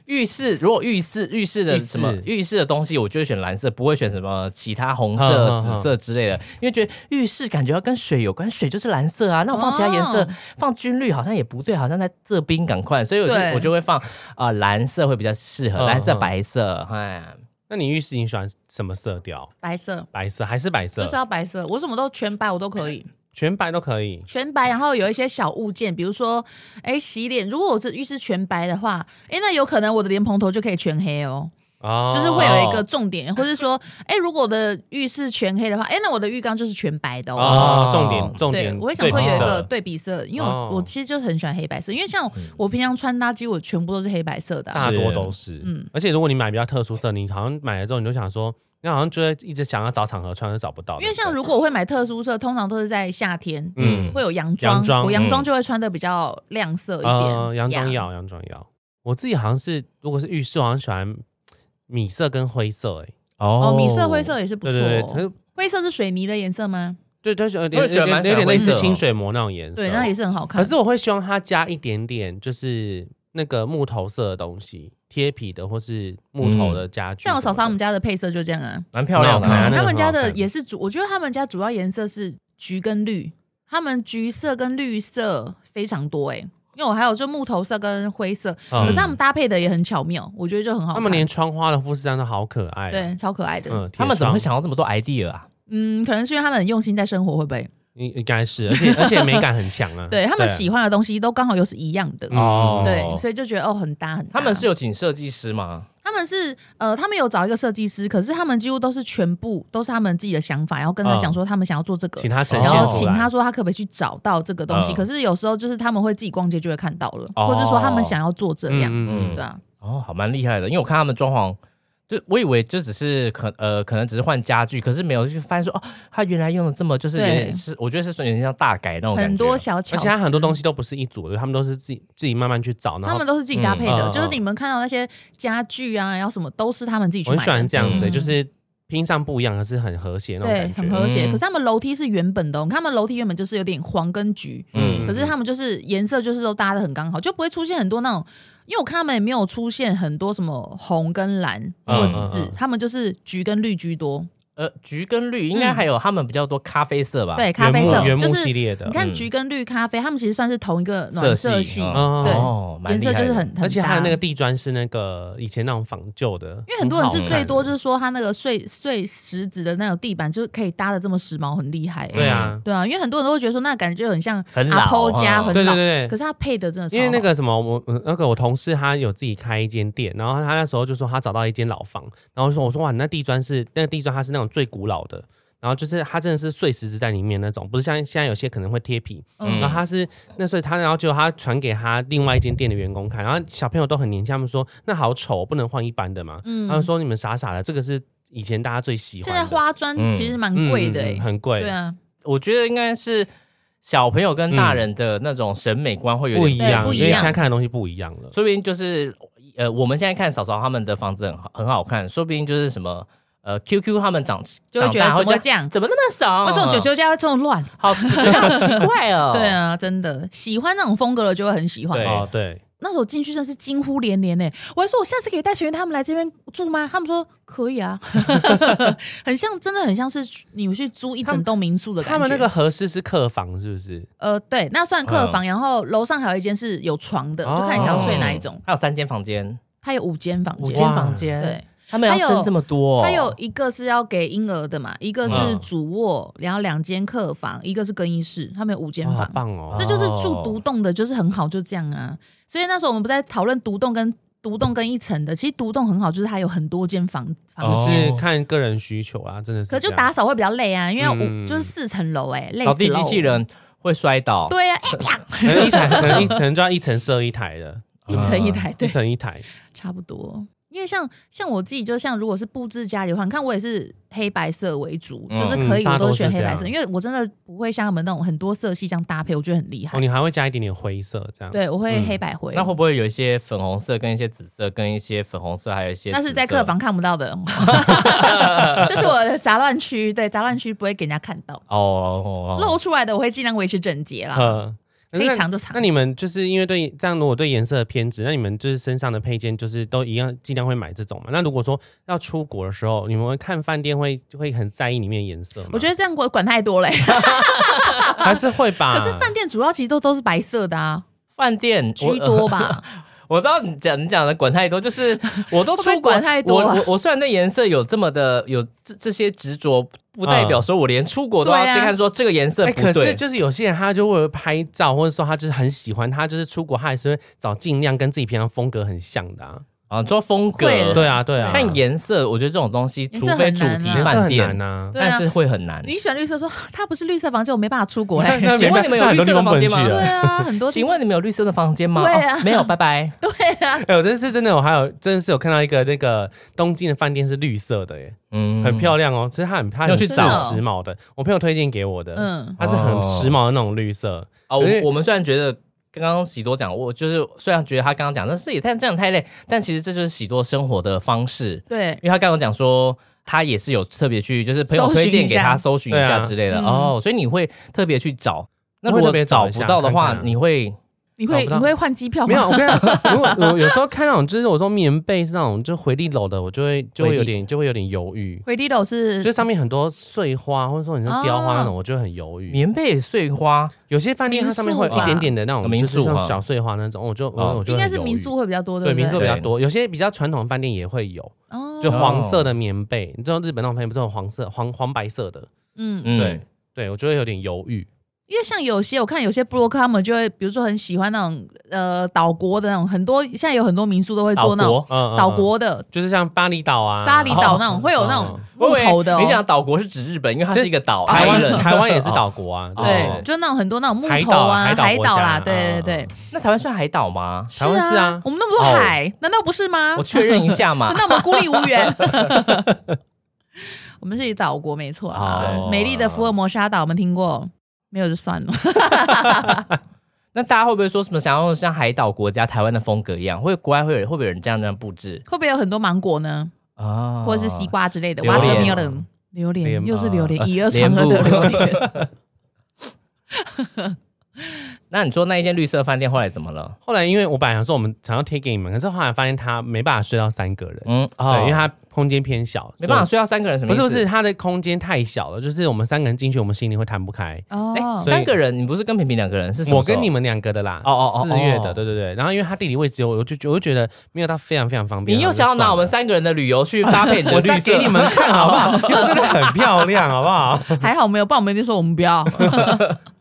S1: 浴室如果浴室浴室的
S3: 浴室
S1: 什么浴室的东西，我就会选蓝色，不会选什么其他红色、
S3: 嗯嗯嗯
S1: 紫色之类的，因为觉得浴室感觉要跟水有关，水就是蓝色啊。那我放其他颜色，
S2: 哦
S1: 放军绿好像也不对，好像在这边赶快，所以我就
S2: 对
S1: 我就会放啊、呃蓝色会比较适合，
S3: 嗯
S1: 蓝色、
S3: 嗯
S1: 白色，哎，
S3: 那你浴室你喜欢什么色调？
S2: 白色
S3: 白色还是白色？
S2: 就是要白色，我什么都全白，我都可以。
S3: 全白都可以。
S2: 全白，然后有一些小物件，比如说，哎，洗脸。如果我是浴室全白的话，哎，那有可能我的莲蓬头就可以全黑哦，
S3: 哦，
S2: 就是会有一个重点，或是说，哎，如果我的浴室全黑的话，哎，那我的浴缸就是全白的哦。
S3: 哦，重点重
S2: 对
S3: 点，，
S2: 我会想说有一个
S3: 对比色
S2: 对比色，因为我、
S3: 哦嗯
S2: 我其实就很喜欢黑白色，因为像我平常穿搭，几乎我全部都是黑白色的啊、
S3: 大多都是，
S2: 嗯
S3: 而且如果你买比较特殊色，你好像买了之后你就想说，你好像就会一直想要找场合穿，就找不到。
S2: 因为
S3: 对
S2: 像
S3: 不对
S2: 如果我会买特殊色，通常都是在夏天，
S3: 嗯
S2: 会有洋装，
S3: 洋装
S2: 我洋
S1: 嗯
S2: 装就会穿的比较亮色一点。
S3: 呃洋装
S2: 呀
S3: 要洋装要，我自己好像是如果是浴室，我好像喜欢米色跟灰色，哎，
S1: 哦
S2: 哦，米色、灰色也是不
S3: 对
S2: 错哦、
S3: 对对，可是
S2: 灰色是水泥的颜色吗？
S3: 对对，有
S1: 我
S3: 点
S1: 也觉
S3: 有
S1: 得蛮
S3: 点
S1: 喜欢
S3: 有点
S1: 灰
S3: 类似
S1: 色哦
S3: 清水膜那种颜色，
S2: 对，那也是很好看。
S3: 可是我会希望它加一点点，就是那个木头色的东西，贴皮的或是木头
S1: 嗯
S3: 的家具什
S2: 像
S3: 么的。
S2: 我嫂嫂他们家的配色就这样啊，
S1: 蛮漂亮的、
S3: 蛮好
S1: 啊
S3: 看那。个
S2: 他们家
S3: 很好
S2: 的
S3: 看
S2: 也是主，我觉得他们家主要颜色是橘跟绿，他们橘色跟绿色非常多哎、因为我还有就木头色跟灰色，
S3: 嗯
S2: 可是他们搭配的也很巧妙，我觉得就哦很好看。
S3: 他们连穿花的富士山都好可爱、啊。，
S2: 对超可爱的，
S3: 嗯，
S1: 他们怎么会
S3: 贴窗？
S1: 想到这么多 idea 啊？
S2: 嗯，可能是因为他们很用心在生活，会不会？
S3: 应应该是，而且而且美感很强嗯啊。
S2: 对他们喜欢的东西都刚好又是一样的，
S3: 哦
S2: 对，所以就觉得哦很搭很搭。
S1: 他们是有请设计师吗？
S2: 他们是呃，他们有找一个设计师，可是他们几乎都是全部都是他们自己的想法，然后跟他讲说他们想要做这个，
S3: 请他呈
S1: 哦
S3: 现
S2: 然
S3: 出
S2: 后
S3: 来
S2: 请他说他可不可以去找到这个东西。
S1: 嗯
S2: 可是有时候就是他们会自己逛街就会看到了，
S1: 哦
S2: 或者说他们想要做这样，
S3: 嗯嗯
S2: 对啊，
S1: 哦，好，蛮厉害的，因为我看他们装潢。就我以为就只是可呃可能只是换家具，可是没有就发现说哦，他原来用的这么就是有点
S2: 对
S1: 是，我觉得是有点像大改那种感觉。
S2: 很多小巧
S3: 而
S2: 思，
S3: 且它很多东西都不是一组的，他们都是自己自己慢慢去找。然
S2: 他
S3: 后
S2: 们都是自己搭配的，
S3: 嗯嗯
S2: 就是你们看到那些家具啊，然后什么都是他们自己去
S3: 我
S2: 买
S3: 很
S2: 的，
S3: 喜欢这样子、
S2: 嗯
S3: 就是拼上不一样，可是很和谐那种
S2: 对，
S3: 感觉。
S2: 很和谐。
S1: 嗯
S2: 可是他们楼梯是原本的哦，你看他们楼梯原本就是有点黄跟橘，
S1: 嗯
S2: 可是他们就是颜色就是都搭的很刚好，就不会出现很多那种，因为我看他们也没有出现很多什么红跟蓝
S1: 嗯
S2: 混
S3: 嗯
S2: 字，
S3: 嗯
S2: 他们就是橘跟绿居多，
S1: 呃橘跟绿，应该还有他们比较多咖啡色吧？
S2: 对，咖啡色
S3: 啊原木原
S2: 就
S3: 木
S2: 是
S3: 系列的
S2: 你，看
S1: 嗯
S2: 橘跟绿咖啡，他们其实算是同一个暖色系，
S1: 嗯
S3: 嗯
S2: 对
S1: 哦，蛮
S2: 颜
S1: 厉
S2: 色
S1: 害的
S2: 就是很，很搭
S3: 而且它的那个。地砖是那个以前那种仿旧的，
S2: 因为很多人是
S1: 很好看
S2: 最多就是说他那个碎碎石子的那种地板，就是可以搭的这么时髦，很厉害、欸
S3: 对啊。
S2: 对啊，因为很多人都会觉得说那感觉很像
S1: 很
S2: 阿
S1: 老
S2: 婆家，
S1: 嗯
S2: 很
S3: 对
S2: 老
S3: 对。对
S2: 可
S3: 对。
S2: 是他配的真的超好，
S3: 因为那个什么，我我那个我同事他有自己开一间店，然后他那时候就说他找到一间老房，然后说我说哇，你那地砖是那个地砖它是那种最古老的，然后就是它真的是碎石子在里面那种，不是像现在有些可能会贴皮，
S2: 嗯
S3: 然
S1: 啊
S3: 后他是那所以他然后就他传给他另外一间店的员工看，然后小朋友都很年轻，他们说那好丑，不能换一般的嘛，他们说你们傻傻的，这个是以前大家最喜
S2: 嗯
S3: 欢
S2: 现
S3: 的，
S2: 在花砖其实蛮
S3: 嗯
S2: 贵的、
S3: 嗯
S2: 欸，
S3: 嗯很贵，
S2: 对啊，
S1: 我觉得应该是小朋友跟大人的那种审美观会有
S3: 不
S1: 点
S3: 一样，
S2: 对不一
S3: 因为
S2: 样
S3: 现在看的东西不一样了。
S1: 说不定就是呃，我们现在看嫂嫂他们的房子很好很好看，说不定就是什么呃，QQ 他们长
S2: 就会觉
S1: 长大
S2: 得
S1: 会
S2: 怎
S1: 觉
S2: 么会
S1: 得
S2: 这样？
S1: 怎么那么少？
S2: 为什么九九家会这么乱？
S1: 好觉得好奇怪嗯哦？
S2: 对，啊，真的喜欢那种风格的就会很喜欢
S1: 对。
S3: 哦，对，
S2: 那时候进去真的是惊呼连连呢、我还说我下次可以带学员他们来这边住吗？他们说可 以啊，很像，真的很像是你们去租一整栋民宿的感觉。
S3: 他们那个合适是客房，是不是？
S2: 呃，对，那算客
S1: 嗯
S2: 房，然后楼上还有一间是有床的，
S3: 哦
S2: 就看你想要睡哪一种。
S1: 哦还有三间房间，
S2: 它有五间房
S1: 五
S2: 间
S1: 间，
S3: 哇
S1: 房间，
S2: 对，
S1: 他们要
S2: 还有
S1: 生这么多哦、嗯
S2: 它有一个是要给婴儿的嘛，一个是主卧，然后两间客房，一个是更衣室，他们有五间
S3: 哇好
S2: 房。
S3: 棒哦！
S2: 这就是住独栋的，就是很好，就这样啊。所以那时候我们不在讨论独栋跟独栋跟一层的，其实独栋很好，就是它有很多间房房
S3: 就
S2: 间。
S3: 是看个人需求啦，真的是这
S2: 可
S3: 样。
S2: 就打扫会比较累啊，因为我、
S3: 嗯
S2: 就是四层楼哎，累死
S1: 扫地机器
S2: 了。
S1: 人会摔倒，
S2: 对呀、啊，
S3: 可能一层，可能一可能就要一层设一台的， 嗯
S2: 一层一台，
S3: 一
S2: 对，
S3: 层一台。
S2: 差不多。因为像像我自己，就像如果是布置家里的话，你看我也是黑白色为主，
S1: 嗯
S2: 就是可以
S3: 嗯大
S2: 我
S3: 多
S2: 都选
S3: 是
S2: 黑
S3: 这
S2: 白
S3: 样
S2: 色，因为我真的不会像他们那种很多色系这样搭配，我觉得很厉害
S3: 哦，。你还会加一点点灰色这样。
S2: 对，我会
S1: 嗯
S2: 黑白灰。
S1: 那会不会有一些粉红色跟一些紫色跟一些粉红色，还有一些
S2: 那是在
S1: 紫色
S2: 客房看不到的，哦 这是我的杂乱区。对，杂乱区不会给人家看到，
S1: 哦哦哦哦
S2: 露出来的我会尽量维持整洁啦。
S3: 嗯，
S2: 可
S3: 那
S2: 以藏就藏
S3: 那。你们就是因为对这样，如果对颜色的偏执，那你们就是身上的配件就是都一样，尽量会买这种嘛？那如果说要出国的时候，你们会看饭店会会很在意里面的颜色吗？
S2: 我觉得这样管管太多嘞、
S3: 得还是会吧。
S2: 可是饭店主要其实都都是白色的啊，
S1: 饭店
S2: 居多 吧？
S1: 我知道你讲你讲的管太多，就是 我都
S2: 会不会
S1: 出国
S2: 管太多
S1: 我
S2: 啊
S1: 我我虽然对颜色有这么的有这这些执着，不代表说我连出国都要
S2: 对啊
S1: 去看说这个颜色
S3: 嗯哎、
S1: 不
S3: 可是
S1: 对。
S3: 就是有些人他就为了拍照，或者说他就是很喜欢，他就是出国，他还是会找尽量跟自己平常风格很像的啊。
S1: 啊，说风格
S2: 会，
S3: 对啊，对啊，
S1: 但颜色，我觉得这种东西，
S2: 颜
S1: 除
S2: 色很
S1: 非主题
S2: 难啊
S1: 饭
S3: 很
S1: 店
S3: 难，啊。
S2: 对啊
S1: 但是会很难。
S2: 你喜欢绿色说，它不是绿色房间，我没办法出国 哎、
S3: 那
S1: 请问你们有绿色的房间吗
S3: 那很多地方不能去
S2: 对
S3: 啊
S2: 啊，很多地
S1: 请问你们有绿色的房间吗？
S2: 对啊
S1: 哦没有，拜拜。
S2: 对啊，
S3: 哎、我这次真的，我还有真的是有看到一个那个东京的饭店是绿色的耶，
S1: 嗯
S3: 很漂亮哦。其实它很它
S1: 要
S3: 很
S1: 去
S3: 是
S2: 找
S3: 时髦的，我朋友推荐给我的，
S2: 嗯，
S3: 它是很
S1: 哦
S3: 时髦的那种绿色。
S1: 哦，
S3: 因为
S1: 我我们虽然觉得刚刚喜多讲，我就是虽然觉得他刚刚讲，但是也太这样太累，但其实这就是喜多生活的方式，
S2: 对，
S1: 因为他刚刚讲说。他也是有特别去，就是朋友
S2: 搜寻
S1: 推荐给
S2: 一下
S1: 他搜寻一
S3: 对
S1: 下
S3: 啊
S1: 之类的、
S2: 嗯
S1: 哦，所以你会特别去找。那如
S3: 我会特
S1: 果
S3: 别
S1: 找
S3: 找一
S1: 不
S3: 下
S1: 到的话，
S3: 看看啊
S1: 你会
S2: 你会
S3: 找不
S2: 你
S3: 到
S2: 会换机
S1: 哦
S2: 票吗？
S3: 没有，我跟你讲，如果我有时候看那种就是我说棉被是那种就回力楼的，我就会就会有点就会有点犹豫，
S2: 回力楼
S1: 嗯
S2: 是
S3: 就上面很多碎花或者说你说雕花那种，
S2: 哦
S3: 我就会很犹豫。
S1: 棉被碎花，
S3: 有些饭店它上面会有一点点的那种，
S1: 民
S3: 就
S1: 宿
S3: 是
S1: 啊
S3: 像小碎花那种，我就我
S1: 哦
S3: 我就
S2: 应该
S3: 会很
S2: 是
S3: 犹豫
S2: 民宿会比较多，对
S3: 对
S2: 不对？
S3: 民宿比较
S1: 对
S3: 多，有些比较传统的饭店也会有，
S2: 哦，
S3: 就黄色的棉被，你知道日本那种饭店不是有黄色黄黄白色的，
S2: 嗯，
S1: 嗯，
S3: 对对我就会有点犹豫。
S2: 因为像有些我看有些布洛克他们就会，比如说很喜欢那种呃岛国的那种，很多现在有很多民宿都会
S1: 岛
S2: 做那种
S1: 国。
S3: 嗯，嗯
S2: 岛
S3: 嗯
S2: 国的
S3: 就是像巴厘岛啊，
S2: 巴厘岛那种，会有那种木头的哦，
S1: 你讲岛国是指日本，因为它是一个岛，
S3: 台湾
S1: 人
S3: 台湾也是。岛国啊，
S2: 哦对，就那种很多那种木
S3: 海
S2: 头
S3: 岛啊
S2: 啊，海
S3: 海岛国家
S2: 岛啦，
S3: 嗯
S2: 对对对，
S1: 那台湾算海岛吗？
S3: 台湾是啊
S2: 我们那么多海，难道不是吗？
S1: 我确认一下嘛
S2: 难。道我们孤立无援？我们是一岛国，没错啊
S1: 哦，
S2: 美丽的福尔摩沙岛，我们听过。没有就算了，
S1: 那大家会不会说什么想要像海岛国家台湾的风格一样？会国外会有会不会有人这样这样布置
S2: 会不会有很多芒果呢，
S1: 啊？
S2: 或者是西瓜之类的？
S3: 榴
S2: 哇，
S3: 莲
S2: 这没有人，榴莲
S3: 莲
S2: 又是榴莲，
S1: 啊
S2: 以讹传讹的
S1: 莲
S2: 榴
S1: 雾
S2: 莲。
S1: 那你说那一间绿色饭店后来怎么了？
S3: 后来因为我本来想说我们想要贴给你们，可是后来发现它没办法睡到三个人，
S1: 嗯，
S2: 哦
S3: 对，因为
S1: 它
S3: 它空间偏小，
S1: 没办法
S3: 所
S1: 睡到三个人，什
S3: 以。
S1: 么
S3: 不
S1: 意
S3: 是
S1: 思？
S3: 不是，它的空间太小了，就是我们三个人进去，我们心里会摊不开。
S1: 哎，
S2: 哦，
S3: 所以
S1: 三个人，你不是跟平平两个人，是什么
S3: 我
S1: 时候
S3: 跟你们两个的啦，
S1: 哦哦哦
S3: 四月的，
S1: 哦
S3: 对对对。然后因为它地理位置，我就我就觉得没有到非常非常方便。
S1: 你又
S3: 然后就
S1: 想要拿我们
S3: 算
S1: 三个人的旅游去搭配你
S3: 了，
S1: 的
S3: 我
S1: 绿
S3: 再
S1: 色？
S3: 给你们看好不好？ 因为真的很漂亮，好不 好？
S2: 哎还好没有，不然我们就说我们 不要。
S3: 啊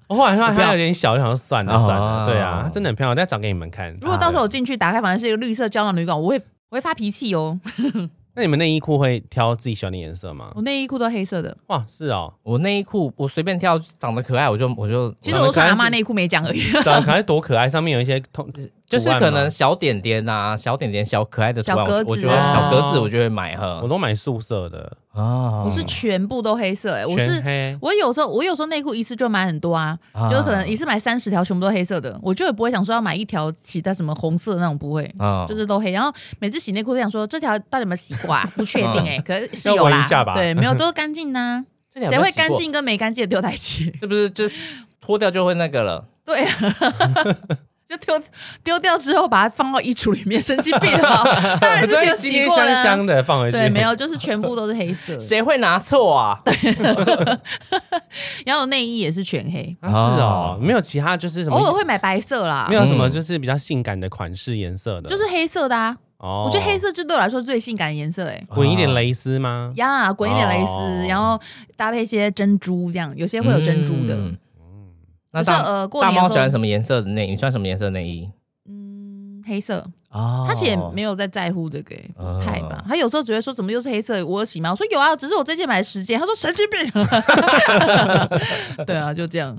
S3: 我后来发现它有点小，就想说算了
S1: 哦
S3: 算了，对啊，它真的很漂亮，我再找给你们看。啊
S2: 如果到时候我进去打开房间是一个绿色胶囊旅馆，我会我会发脾气哦。
S3: 啊那你们内衣裤会挑自己喜欢的颜色吗？
S2: 我内衣裤都黑色的，
S3: 哇，是哦，
S1: 我内衣裤，我随便挑，长得可爱，我就我就
S2: 其实我都穿阿妈内裤没讲而已。
S3: 长得可爱多可爱，上面有一些 通
S1: 就是
S3: 图案吗
S1: 可能小点点啊，小点点小可爱的图案，
S2: 小格
S1: 我
S2: 子
S1: 我就会
S3: 啊
S1: 小格子，我就会买哈
S3: 我。都买素色的，
S1: 啊，
S2: 我是全部都黑色、欸，我
S3: 全
S2: 是
S3: 黑。
S2: 我有时候我有时候内裤一次就买很多啊，
S1: 啊
S2: 就是可能一次买三十条，全部都黑色的，我就也不会想说要买一条其他什么红色的那种，不会，
S1: 啊
S3: 哦
S2: 就是都黑。然后每次洗内裤都想说这条到底有没有洗过啊？不确定 哎、可是是
S3: 哦要
S2: 有
S3: 闻
S2: 啦
S3: 一下，吧
S2: 对，没有都干净啊呐，
S1: 这两个
S2: 谁会
S1: 洗过
S2: 干？净跟没干净的丢在一起？
S1: 这不是就是脱掉就会那个了。
S2: 对、啊。就丢丢掉之后，把它放到衣橱里面，神经病啊！当然
S3: 我
S2: 是有
S3: 觉得今
S2: 洗
S3: 天
S2: 过
S3: 香
S2: 的啊、
S3: 香的放回去，
S2: 对，没有，就是全部都是黑色的，
S1: 谁会拿错啊？
S2: 然后内衣也是全黑，
S3: 啊是
S1: 哦，
S3: 哦没有其他就是什么，
S2: 偶尔会买白色啦，
S3: 没有什么
S1: 嗯
S3: 就是比较性感的款式颜色的，
S2: 就是黑色的啊。
S3: 哦
S2: 我觉得黑色就对我来说最性感的颜色、欸，哎。
S3: 滚一点蕾丝吗？
S2: 呀，滚一点蕾丝，
S3: 哦
S2: 然后搭配一些珍珠，这样有些会有珍珠的。
S1: 嗯。那
S2: 就是
S1: 大
S2: 呃，过
S1: 大
S2: 年
S1: 猫
S2: 的
S1: 喜
S2: 时候
S1: 欢，什么颜色的内？衣？你穿什么颜色的内衣？
S2: 嗯，黑色，
S1: 哦
S2: 他其实也 没有在在乎这个、欸，
S1: 哦
S2: 不太吧。他有时候只会说怎么又是黑色，我有洗吗？我说有啊，只是我这件买了十件。他说神经病。 对啊，就这样。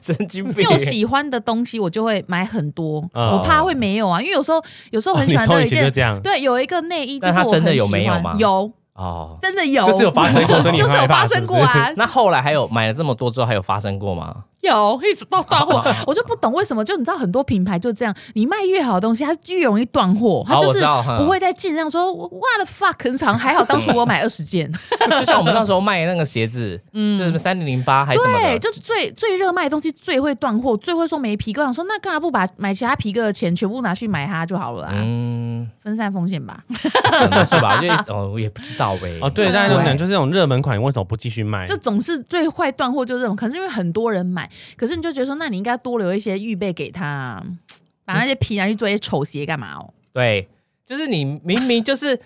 S1: 神经
S2: 因
S1: 病
S2: 为。我喜欢的东西，我就会买很多，我
S3: 哦
S2: 怕会没有啊。因为有时候有时候
S3: 哦
S2: 很
S3: 你
S2: 喜欢
S3: 从
S2: 的
S3: 以
S2: 一
S3: 前就
S2: 件，
S3: 这样，
S2: 对，有一个内衣，就
S1: 但
S2: 是
S1: 它
S2: 我
S1: 真的
S2: 很
S1: 有
S2: 喜
S1: 没有
S2: 欢
S1: 吗
S2: 有，
S1: 哦，
S2: 真的有，
S3: 就是有发生过，所以你
S2: 就是
S3: 很害
S2: 有
S3: 怕
S2: 发生过。啊。
S1: 那后来还有买了这么多之后还有发生过吗？
S2: 有一直到 断货，我就不懂为什么。就你知道很多品牌就这样，你卖越好的东西，它越容易断货，它
S1: 好
S2: 就
S1: 我
S2: 是
S1: 知道哼
S2: 不会再尽量说哇的 fuck 很长，还好当初我买二十件，
S1: 就像我们那时候卖那个鞋 子，嗯，就什么三零零 八还是什么
S2: 对，
S1: 的，
S2: 就最最热卖的东西最会断货，最会说没皮革。我想说那干嘛不把买其他皮革的钱全部拿去买它就好了啊？
S1: 嗯，
S2: 分散风险吧。
S1: 可能是吧？我觉得哦，我也不知道哎。
S3: 哦，对，大家都
S1: 对
S3: 讲就是这种热门款，你为什么不继续卖？
S2: 就总是最坏断货就这种，可是因为很多人买，可是你就觉得说，那你应该多留一些预备给他啊，把
S1: 嗯
S2: 那些皮拿去做一些丑鞋干嘛哦？
S1: 对，就是你明明就是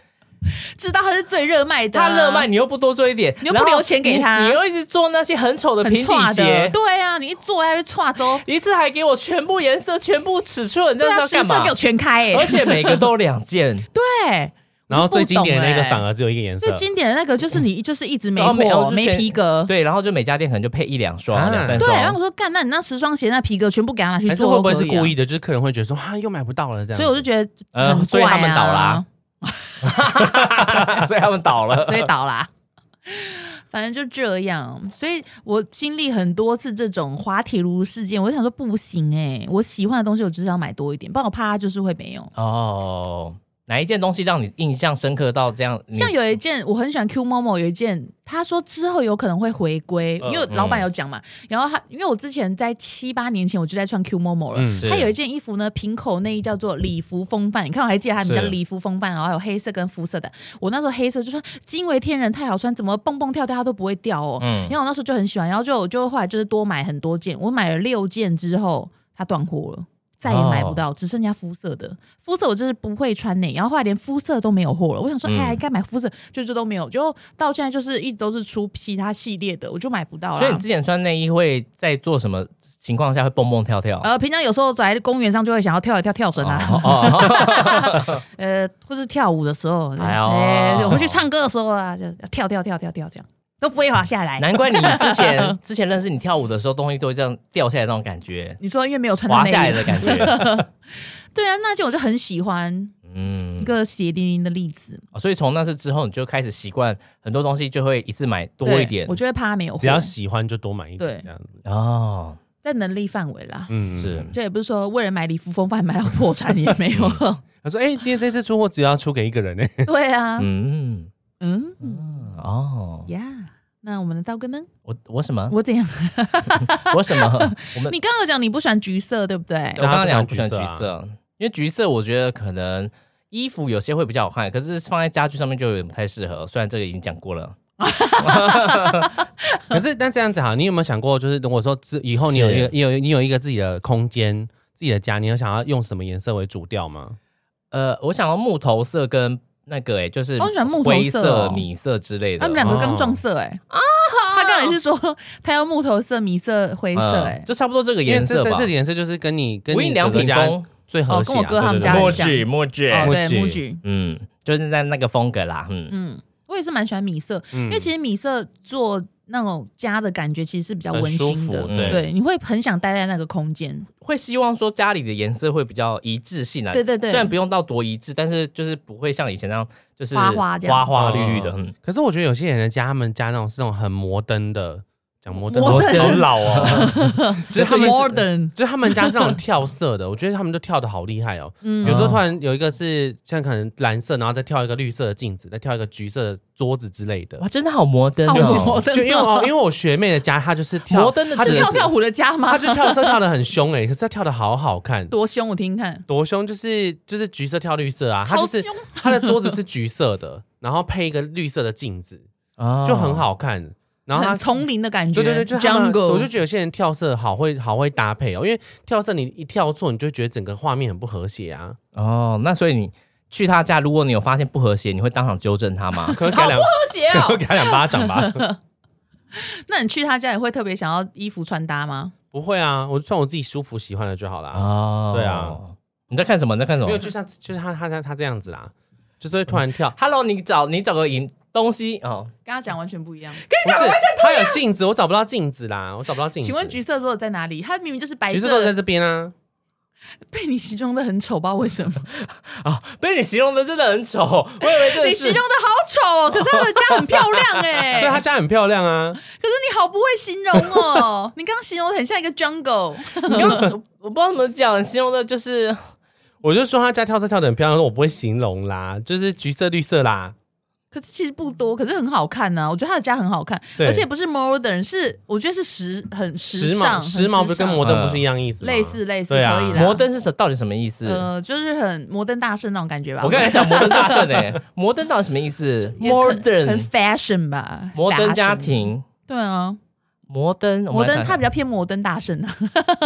S2: 知道他是最热卖的啊、
S1: 他热卖，你又不多做一点，
S2: 你又不
S1: 然后
S2: 留钱给
S1: 你
S2: 他
S1: 你又一直做那些很丑的
S2: 很
S1: 平底
S2: 差的，
S1: 鞋，
S2: 对啊，你一坐下去歘 周，
S1: 一次还给我全部颜色、全部尺寸，你知
S2: 对
S1: 道
S2: 啊，
S1: 是
S2: 十
S1: 要干
S2: 色
S1: 嘛哦
S2: 给我？全开、欸，
S1: 而且每个都有两 件，
S2: 对。
S3: 然后最经典的那
S2: 我就不
S3: 个
S2: 懂欸
S3: 反而只嗯有一个颜色
S2: 最。经典的那个就是你就是一直没
S1: 然后哦没有
S2: 货
S1: 之
S2: 没
S1: 前
S2: 皮革，
S1: 对，然后就每家店可能就配一两双、
S3: 啊
S1: 两三
S2: 对，然后我
S1: 双。
S2: 说干，那你那十双鞋那皮革全部给他拿去
S3: 还是
S2: 做，
S3: 会不会是故意？的？就是客人会觉得说，哈，又买不到了这样。
S2: 啊所以我就觉得
S1: 呃
S2: 很
S1: 所
S2: 怪
S1: 以
S2: 啊，
S1: 他们倒啦， 所以他们倒了。
S2: 所以倒啦。 反正就这样，所以我经历很多次这种滑铁卢事件，我就想说不行哎、我喜欢的东西我只是要买多一点，不然我怕它就是会没有。
S1: 哦，哪一件东西让你印象深刻到这样？你
S2: 像有一件我很喜欢 Q Momo，有一件他说之后有可能会回归，
S3: 嗯
S2: 因为老板有讲嘛。然后他因为我之前在七八年前我就在穿 Q Momo 了，
S3: 嗯
S1: 是
S2: 它有一件衣服呢，平口内衣叫做礼服风范。你看我还记得它名叫
S1: 是
S2: 礼服风范哦，还有黑色跟肤色的。我那时候黑色就穿惊为天人，太好穿，怎么蹦蹦跳跳它都不会掉哦。
S1: 嗯
S2: 因为我那时候就很喜欢，然后就我就后来就是多买很多件，我买了六件之后，它断货了。再
S1: 哦
S2: 也买不到，只剩下肤色的。肤色我就是不会穿呢、然后后来连肤色都没有货了。我想说，
S1: 嗯
S2: 哎、该买肤色，就这都没有，就到现在就是一直都是出其他系列的，我就买不到了。
S1: 所以你之前穿内衣会在做什么情况下会蹦蹦跳 跳？
S2: 呃，平常有时候走在公园上就会想要跳一跳跳绳啊，
S1: 哦哦哦
S2: 呃，或是跳舞的时候，
S1: 哎
S2: 哎、
S1: 呦
S2: 我们去唱歌的时候啊，就跳跳跳跳跳这样，都不会滑下来。
S1: 难怪你之前 之前认识你跳舞的时候，东西都会这样掉下来那种感觉，
S2: 你说因为没有穿到
S1: 滑
S2: 内
S1: 下来
S2: 衣，
S1: 的感觉。
S2: 对啊，那件我就很喜欢一
S1: 嗯，哦
S2: 个血淋淋的例子，
S1: 所以从那次之后，你就开始习惯很多东西，就会一次买多
S2: 对
S1: 一点
S2: 我。就会怕它没有货
S3: 只，要喜欢就多买一点
S2: 对
S3: 这样子。
S1: 哦，
S2: 在能力范围啦。
S3: 嗯，
S1: 是
S3: 嗯。
S2: 这也不是说为了买礼服风范买到破产也没有，
S3: 他说，哎，今天这次出货只要出给一个 人呢。哎
S2: 对啊，
S1: 嗯，
S2: 嗯
S1: 哦，
S2: 呀那我们的刀哥呢？
S1: 我我什 么？
S2: 我怎样？
S1: 我什么？我们
S2: 你刚刚有讲你不喜欢橘色，对不对
S3: 啊
S1: 我？刚刚讲
S3: 大家
S1: 橘
S3: 不
S1: 色，
S3: 喜欢
S1: 橘
S3: 橘色
S1: 色，啊因为橘色我觉得可能衣服有些会比较好看，可是放在家具上面就有点不太适合。虽然这个已经讲过了，
S3: 可是，那这样子哈，你有没有想过，就是如果说之以后你有
S1: 是
S3: 一个，你有你有一个自己的空间、自己的家，你有想要用什么颜色为主调吗？
S1: 呃，我想要木头色跟那个哎、就是
S2: 哦你喜欢木头
S1: 灰
S2: 色哦
S1: 米色之类的，
S2: 他们两个
S3: 哦
S2: 刚撞色哎、啊！他刚才是说他要木头色、米色、灰色哎、
S1: 嗯就差不多这个
S3: 因为
S1: 颜
S3: 这
S1: 色
S3: 这
S1: 吧
S3: 这。几颜色就是跟你跟
S1: 无
S3: 你
S1: 印良
S3: 哥哥
S1: 品
S3: 家
S1: 风，
S3: 最和谐啊。
S2: 哦跟我哥他们
S3: 对对
S2: 家
S3: 对
S2: 很像
S1: 木质
S2: 哦，对，
S3: 木
S2: 木
S3: 质
S2: 菊，
S1: 嗯，就是在那个风格啦，嗯，
S2: 嗯，我也是蛮喜欢米色，
S3: 嗯
S2: 因为其实米色做那种家的感觉其实是比
S3: 嗯
S2: 较
S1: 很
S2: 温
S1: 舒
S2: 馨的
S1: 服，对
S2: 对，你会很想待在那个空间，
S1: 会希望说家里的颜色会比较一致性啊，
S2: 对对对
S1: 虽然不用到多一致，但是就是不会像以前那样，就是
S2: 花花这样
S1: 花花绿绿的，
S3: 哦
S1: 嗯，
S3: 可是我觉得有些人的家，他们家那种是那种很摩登的，讲摩登，
S2: 摩登
S3: 好老哦。 就是他
S2: 很
S3: 们，
S2: modern，
S3: 就是他们家是那种跳色的，我觉得他们都跳的好厉害哦。
S2: 嗯
S3: 有时候突然有一个是像可能蓝色，然后再跳一个绿色的镜子，再跳一个橘色的桌子之类的
S1: 哇，。真的好摩登
S2: 好
S1: 哦
S2: 摩，登
S3: 就因为哦，因
S2: 为
S3: 为我学妹的家，她就是跳
S1: 摩登的
S3: 她
S1: 只
S3: 就是
S1: 是
S2: 跳跳虎的家吗
S3: 她？就跳色跳的很凶哎、可是她跳的好好看，
S2: 多凶，我听听看，
S3: 多凶就是就是橘色跳绿色啊，她
S2: 好
S3: 就是
S2: 凶，
S3: 她的桌子是橘色的， 然后配一个绿色的镜子，
S1: 哦
S3: 就很。好看。然后她
S2: 很丛林的感觉，
S3: 对对对，就是他们，我就
S2: jungle，
S3: 觉得有些人跳色好会好会搭配哦，因为跳色你一跳错，你就觉得整个画面很不和谐 啊。？
S1: 哦，那所以你去他家，如果你有发现不和谐，你会当场纠正他吗
S3: 可不可以给他两，
S2: 和谐
S3: 可不可以
S2: 哦。
S3: 给他两巴掌吧？
S2: 那你去他家也会特别想要衣服穿搭吗？
S3: 不会啊，我就穿我自己舒服喜欢的就好啦。
S1: 哦，
S3: 对啊，
S1: 你在看什么？你在看什
S3: 没有，
S1: 么
S3: 就像就是他他他他这样子啦，就是会突然
S2: 嗯
S3: 跳。
S1: ？Hello，你找你找个影东西哦，
S2: 跟他讲完全不一样。
S3: 不是，他有镜子，我找不到镜子啦，我找不到镜子。
S2: 请问橘色桌子在哪里？它明明就是白
S3: 橘
S2: 色
S3: 色都在
S2: 的，
S3: 这边啊，
S2: 被你形 容的很丑，不知道为什么。
S1: 被你形容的真的很丑，我以为真
S2: 你
S1: 的是
S2: 形容的好丑 哦，可是他们家很漂亮哎、
S3: 对他家很漂亮啊，
S2: 可是你好不会形容哦，你刚刚形容的很像一个 jungle，
S1: 你刚刚我不知道怎么讲，形容的就是
S3: 我就说他家跳色跳的很漂亮，我不会形容啦，就是橘色绿色啦，
S2: 可是其实不
S1: 嗯
S2: 多，可是很好看呢、啊我觉得他的家很好看，
S3: 对
S2: 而且不是 modern，是我觉得是时很
S3: 时
S2: 尚，
S3: 髦
S2: 很
S3: 时髦不是跟摩登不是一样意思 吗？
S2: 类似类似
S3: 对啊
S2: 可以啦，
S1: 摩登是什到底什么意思？
S2: 呃就是很摩登大圣那种感觉吧，
S1: 我刚才想摩登大圣哎、 摩登到底什么意思
S2: 也可很
S1: ？Modern，
S2: fashion 吧，
S1: 摩登家
S2: fashion，
S1: 庭，
S2: 对啊，
S1: 摩登，我
S2: 摩
S1: 们来
S2: 登
S1: 看
S2: 他
S1: 看
S2: 比较偏摩登大圣啊，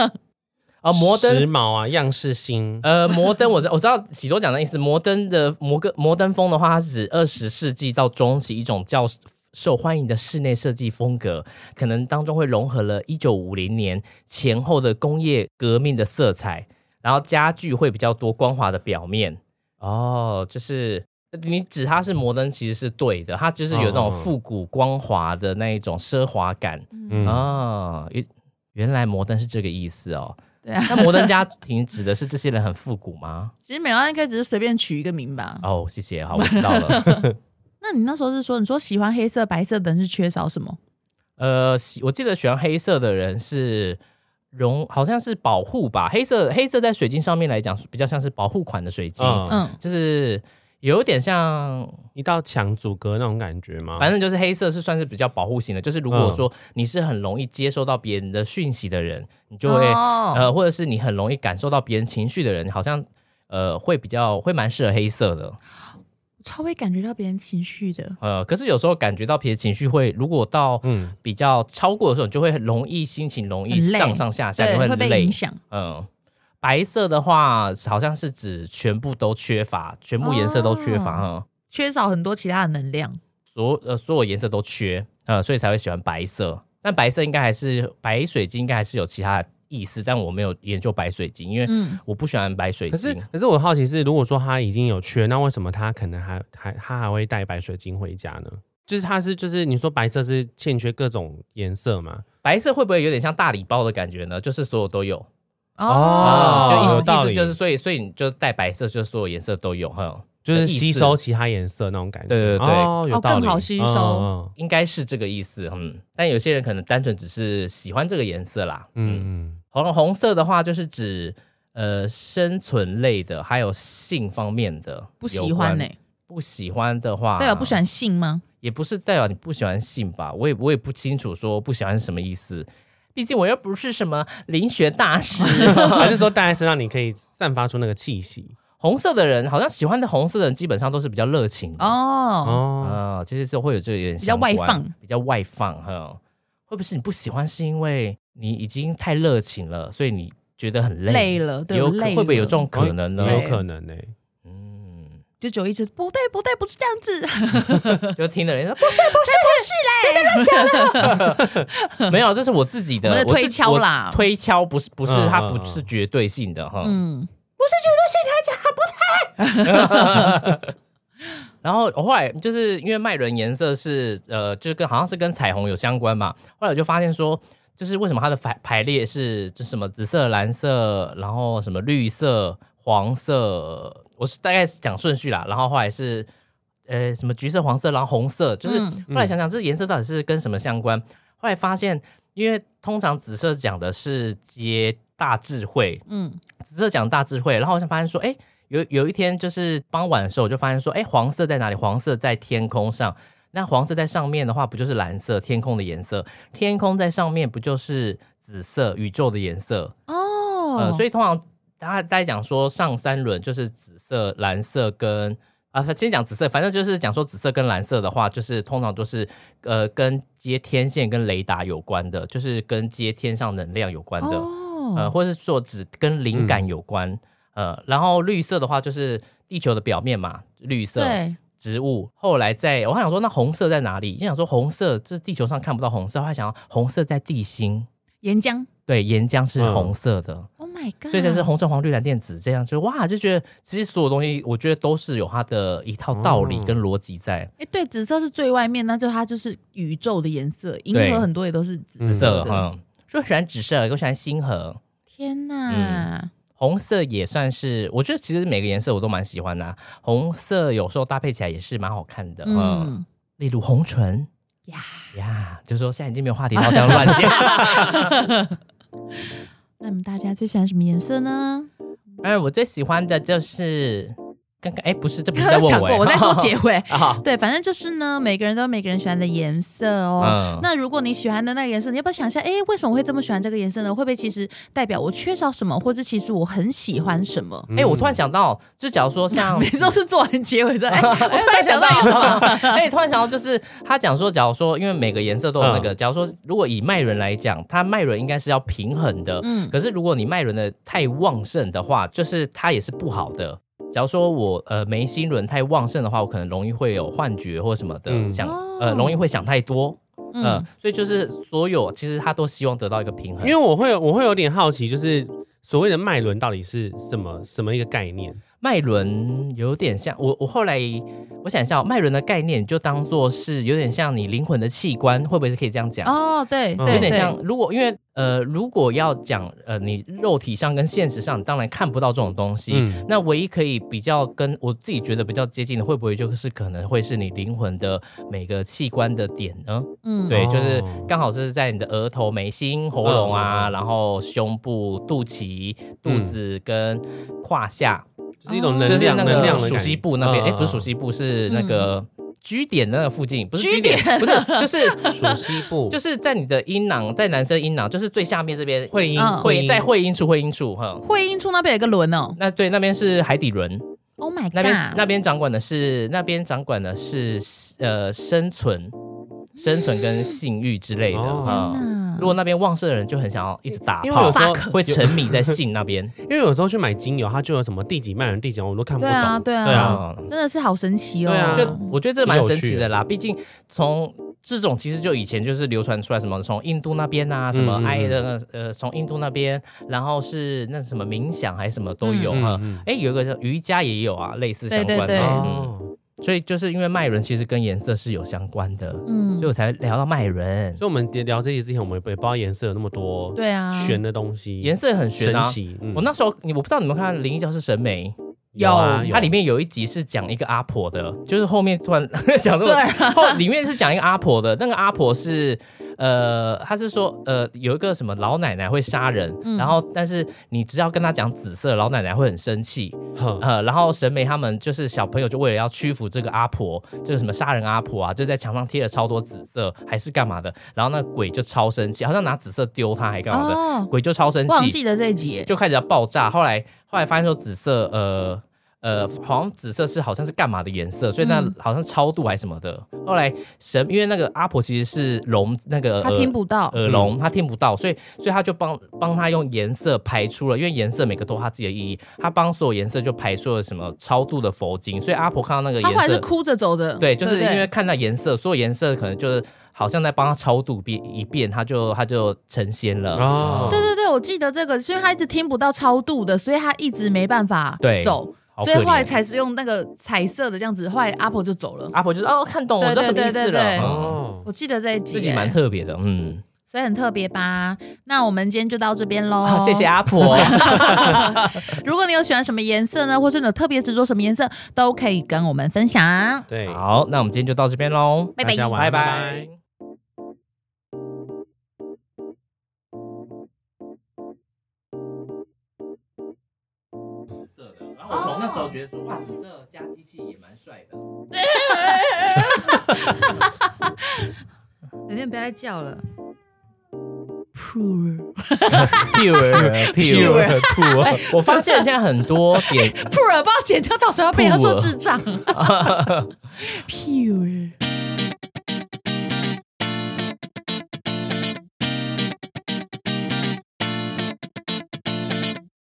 S1: 啊，摩登
S3: 时髦啊，样式新，
S1: 呃，摩登，我知我知道喜多讲的意思。摩登的摩格摩登风的话，它是指二十世纪到中期一种较受欢迎的室内设计风格，可能当中会融合了一九五零年前后的工业革命的色彩，然后家具会比较多光滑的表面。哦，就是你指它是摩登，其实是对的，它就是有那种
S3: 哦
S1: 复古光滑的那一种奢华感。
S3: 嗯，
S1: 哦，原原来摩登是这个意思哦。
S2: 对啊，
S1: 那摩登家庭指的是这些人很复古吗？
S2: 其实美国应该只是随便取一个名吧。
S1: 哦，谢谢，好，我知道了。
S2: 那你那时候是说，你说喜欢黑色、白色的人是缺少什么？
S1: 呃，喜我记得喜欢黑色的人是容，好像是保护吧，黑色黑色在水晶上面来讲比较像是保护款的水晶，
S3: 嗯，
S2: 嗯，
S1: 就是有点像，
S3: 一道墙阻隔那种感觉吗？
S1: 反正就是黑色是算是比较保护型的，就是如果说你是很容易接收到别人的讯息的人，你就会、
S2: 哦
S1: 呃，或者是你很容易感受到别人情绪的人，好像呃会比较会蛮适合黑色的。
S2: 超会感觉到别人情绪的。
S1: 呃，可是有时候感觉到别的情绪会，如果到
S3: 嗯，
S1: 比较超过的时候，你就会很容易心情容易
S2: 很累
S1: 上上下下，
S2: 对，
S1: 你会
S2: 会
S1: 很
S2: 被
S1: 累
S2: 影。响。
S1: 嗯，白色的话好像是指全部都缺乏，全部颜色都缺乏，嗯，
S2: 哦缺少很多其他的能量。
S1: 所呃所有颜色都缺，呃，所以才会喜欢白色。但白色应该还是白水晶，应该还是有其他的意思，但我没有研究白水晶，因为
S2: 嗯，
S1: 我不喜欢白水
S3: 可是
S1: 晶。
S3: 可是我好奇是，如果说他已经有缺，那为什么他可能还还他还会带白水晶回家呢？就是他是就是你说白色是欠缺各种颜色嘛？
S1: 白色会不会有点像大礼包的感觉呢？就是所有都有。
S2: 啊
S3: 哦
S1: 就意
S3: 有
S1: 思
S3: 道
S1: 意
S3: 理
S1: 思就是，所以所以你就带白色，就是所有颜色都有哈，
S3: 就是
S1: 的意思
S3: 吸收其他颜色那种感觉，
S1: 对对对
S3: 哦，有
S2: 哦
S3: 道理，
S2: 更好吸收
S3: 嗯
S1: 应该是这个意思，嗯。但有些人可能单纯只是喜欢这个颜色啦，
S3: 嗯
S1: 嗯。
S3: 嗯
S1: 红红色的话就是指呃生存类的，还有性方面的
S2: 不喜欢呢、
S1: 有关不喜欢的话，
S2: 代表不喜，欢性吗？
S1: 也不是代表你不喜欢性吧？我也我也不清楚说不喜欢是什么意思，毕竟我又不是什么灵学大 师。
S3: 嗯，还是说戴在身上你可以散发出那个气息
S1: 红色的人好像喜欢的红色的人基本上都是比较热情的
S2: 哦，
S3: 哦，
S1: 啊，就是就会有这个有点
S2: 比较
S1: 相关
S2: 外放，
S1: 比较外放哈。会不会是你不喜欢，是因为你已经太热情了，所以你觉得很累？
S2: 累了，对，
S1: 有可
S2: 累了哎
S1: 会不会有这种可能啊呢？
S2: 对
S3: 有可能呢，欸
S1: 嗯，
S2: 就九一直不对不对，不是这样子，
S1: 就听的人说不是 不是不 是嘞，别再乱讲了。没有，这是我自己的
S2: 我们的推敲啦
S1: 我自我推敲不是不是
S3: 嗯嗯
S1: 它
S3: 嗯
S1: 不是绝对性的哈。
S2: 嗯，
S1: 然后我后来就是因为脉轮颜色是呃，就是跟好像是跟彩虹有相关嘛。后来我就发现说，就是为什么它的排排列是就什么紫色、蓝色，然后什么绿色、黄色，我是大概讲顺序啦。然后后来是呃什么橘色、黄色，然后红色，就是
S2: 嗯
S1: 后来想想这颜色到底是跟什么相关。后来发现，因为通常紫色讲的是接大智慧，
S2: 嗯，
S1: 紫色讲大智慧，然后我就发现说，哎，有有一天就是傍晚的时候，我就发现说，哎，黄色在哪里？黄色在天空上。那黄色在上面的话，不就是蓝色天空的颜色？天空在上面不就是紫色宇宙的颜色？
S2: 哦
S1: 呃，，所以通常大家大家讲说上三轮就是紫色、蓝色跟啊，先讲紫色，反正就是讲说紫色跟蓝色的话，就是通常都是呃跟接天线跟雷达有关的，就是跟接天上能量有关的，呃，
S2: 哦，
S1: 或是说只跟
S2: 嗯
S1: 灵感有关，呃，然后绿色的话就是地球的表面嘛，绿色，
S2: 对，
S1: 植物。后来在我还想说，那红色在哪里？就想说红色，这地球上看不到红色，后来想到红色在地心，
S2: 岩浆
S1: 对，岩浆是
S3: 嗯
S1: 红色的。
S2: ，Oh my god，
S1: 所以这是红橙黄绿蓝靛紫这样，就哇，就觉得其实所有东西，我觉得都是有它的一套道
S2: 嗯
S1: 理跟逻辑在。
S2: 哎，对，紫色是最外面，那就它就是宇宙的颜色，银
S1: 对
S2: 河很多也都是紫
S1: 紫色
S2: 的。
S1: 嗯，说喜欢紫色，我喜欢星河，
S2: 天哪，
S1: 红色也算是，我觉得其实每个颜色我都蛮喜欢的啊、红色有时候搭配起来也是蛮好看的，嗯，
S2: 嗯
S1: 例如红唇
S2: 呀。
S1: 呀，就说现在已经没有话题，然后这样乱讲。
S2: 那么大家最喜欢什么颜色呢？
S1: 而我最喜欢的就是刚刚，哎，不是，这不是在
S2: 刚
S1: 问
S2: 讲
S1: 我、
S2: 过，
S1: 欸，。
S2: 我在做结尾
S1: 啊，
S2: 对，反正就是呢，每个人都有每个人喜欢的颜色哦。
S1: 嗯
S2: 那如果你喜欢的那个颜色，你要不要想一下，哎，为什么会这么喜欢这个颜色呢？会不会其实代表我缺少什么，或者其实我很喜欢什么？
S1: 哎、我突然想到，就假如 说像
S2: 每次都是做完结尾再，哎，我
S1: 哎
S2: 突然想到
S1: 什
S2: 什么？
S1: 么？ 哎，突然想到就是他讲说，假如说因为每个颜色都有那
S2: 嗯
S1: 个，假如说如果以脉轮来讲，它脉轮应该是要平衡的。
S2: 嗯
S1: 可是如果你脉轮的太旺盛的话，就是它也是不好的。假如说我呃眉心轮太旺盛的话，我可能容易会有幻觉或什么的，
S3: 嗯
S1: 想
S2: 哦
S1: 呃容易会想太多。嗯、
S2: 嗯，
S1: 所以就是所有其实他都希望得到一个平衡
S3: 因。为我会我会有点好奇，就是所谓的脉轮到底是什么什么一个概念？
S1: 脉轮有点像我，我后来我想一下哦，脉轮的概念你就当做是有点像你灵魂的器官，会不会是可以这样讲？
S2: 哦，对
S3: 嗯
S2: 对，
S1: 有点
S2: 对
S1: 像，如果因为呃，如果要讲呃，你肉体上跟现实上，你当然看不到这种东西。
S3: 嗯
S1: 那唯一可以比较跟我自己觉得比较接近的，会不会就是可能会是你灵魂的每个器官的点呢？
S2: 嗯，
S1: 对，
S3: 哦
S1: 就是刚好是在你的额头、眉心、喉咙啊，
S3: 嗯嗯嗯
S1: 然后胸部、肚脐、肚子跟胯下，
S3: 就是一种
S2: 嗯
S1: 就
S3: 能
S1: 是
S3: 量
S1: 那
S3: 能量
S1: 个
S3: 的
S1: 属
S3: 感
S1: 膝
S3: 觉。
S1: 部那边，
S3: 嗯
S1: 哎、
S3: 嗯
S1: 不是属膝部，是那个 G 点那个附近，不是
S2: G
S1: G 点，
S2: 点
S1: 不是，就是
S3: 属西嗯部
S1: 就是在你的阴囊，在男生阴囊，就是最下面这边
S3: 会阴
S2: 嗯
S1: 会
S3: 阴
S1: 在会阴处，会阴处哈。
S2: 会阴处那边有一个轮哦
S1: 那对，那边是海底轮，
S2: ，Oh my
S1: 那边
S2: god，
S1: 那边掌管的是那边掌管的是呃生存、生存跟性欲之类的
S3: 哦
S1: 哈。啊如果那边旺盛的人就很想要一直打
S3: 因为有
S1: 炮
S3: 时，候
S1: 会沉迷在性那边。
S3: 因为有时候去买精油，它就有什么第几脉人、第几脉人我都看不
S2: 对
S3: 懂。
S2: 啊对
S3: 对啊
S2: 啊，真的是好神奇哦，
S3: 对啊
S1: 嗯就我觉得这蛮神奇的啦，毕竟从这种其实就以前就是流传出来什么从印度那边啊，什么
S3: 嗯嗯
S1: 埃的呃从印度那边，然后是那什么冥想还是什么都有
S3: 嗯
S1: 哈
S3: 嗯。
S1: 哎，有一个叫瑜伽也有啊，类似相
S2: 对对
S1: 关的，
S2: 对
S1: 嗯，
S3: 哦，
S1: 所以就是因为脉轮其实跟颜色是有相关的，
S2: 嗯
S1: 所以，我才聊到脉轮
S3: 所以。我们聊这集之前，我们也不知道颜色有那么多
S2: 对啊，
S3: 玄的东西，
S1: 颜色很玄
S3: 神
S1: 啊！
S3: 奇。嗯
S1: 我那时候你我不知道你们看《灵异教室》审美，
S3: 有啊有
S1: 它里面有一集是讲一个阿婆的，就是后面突然 讲那
S2: 对
S1: 么
S2: 啊，
S1: 后里面是讲一个阿婆的，那个阿婆是呃，她是说呃有一个什么老奶奶会杀人，
S2: 嗯
S1: 然后但是你只要跟她讲紫色，老奶奶会很生气，
S3: 哼
S1: 呃，然后神媒他们就是小朋友就为了要屈服这个阿婆，这个什么杀人阿婆啊，就在墙上贴了超多紫色还是干嘛的，然后那鬼就超生气，好像拿紫色丢她还干嘛的，
S2: 哦，
S1: 鬼就超生
S2: 忘
S1: 气，
S2: 记了这一集，
S1: 就开始要爆炸。后来后来发现说紫色，呃呃，好像紫色是好像是干嘛的颜色，所以那
S2: 嗯
S1: 好像超度还是什么的。后来神因为那个阿婆其实是聋，那个
S2: 他
S1: 耳
S2: 听不到，
S3: 嗯
S1: 耳聋，他听不到，所以所以他就帮帮他用颜色排出了，因为颜色每个都有他自己的意义，他帮所有颜色就排出了什么超度的佛经，所以阿婆看到那个
S2: 他后来
S1: 呃颜
S2: 是
S1: 色。
S2: 哭着走的，
S1: 对，就是
S2: 不
S1: 因为看到颜色，所有颜色可能就是好像在帮他超度遍一遍，他就他就成仙了。嗯
S3: 哦
S2: 对对对，我记得这个，是因为他一直听不到超度的，所以他一直没办法
S1: 对
S2: 走，
S1: 好可
S2: 所以
S1: 怜
S2: 后来才是用那个彩色的这样子，后来阿婆就走了。
S1: 阿婆就是哦，看懂了，我知道
S2: 对
S1: 什么
S2: 对
S1: 意思
S2: 对对对
S1: 了。哦，
S3: 哦，
S2: 我记得这一集、
S1: 自己蛮
S2: 欸
S1: 特别的，嗯，
S2: 所以很特别吧？那我们今天就到这边喽、
S1: 啊 谢谢。阿婆，
S2: 如果你有喜欢什么颜色呢，或是你有特别执着什么颜色，都可以跟我们分享。
S3: 对，
S1: 好，那我们今天就到这边喽，
S2: 拜
S3: 大家
S2: 拜。
S3: 晚
S1: 拜
S3: 安
S1: 拜。紫色的，然后我从那时候觉得说，哇，紫色加机器也蛮帅的。
S2: 有点不要再叫了。Pure
S1: Pure
S2: Pure
S1: pure，哎我发现现在很多点
S2: Pure，不要剪掉，到时候要被他说
S1: Pure
S2: 智障。Pure。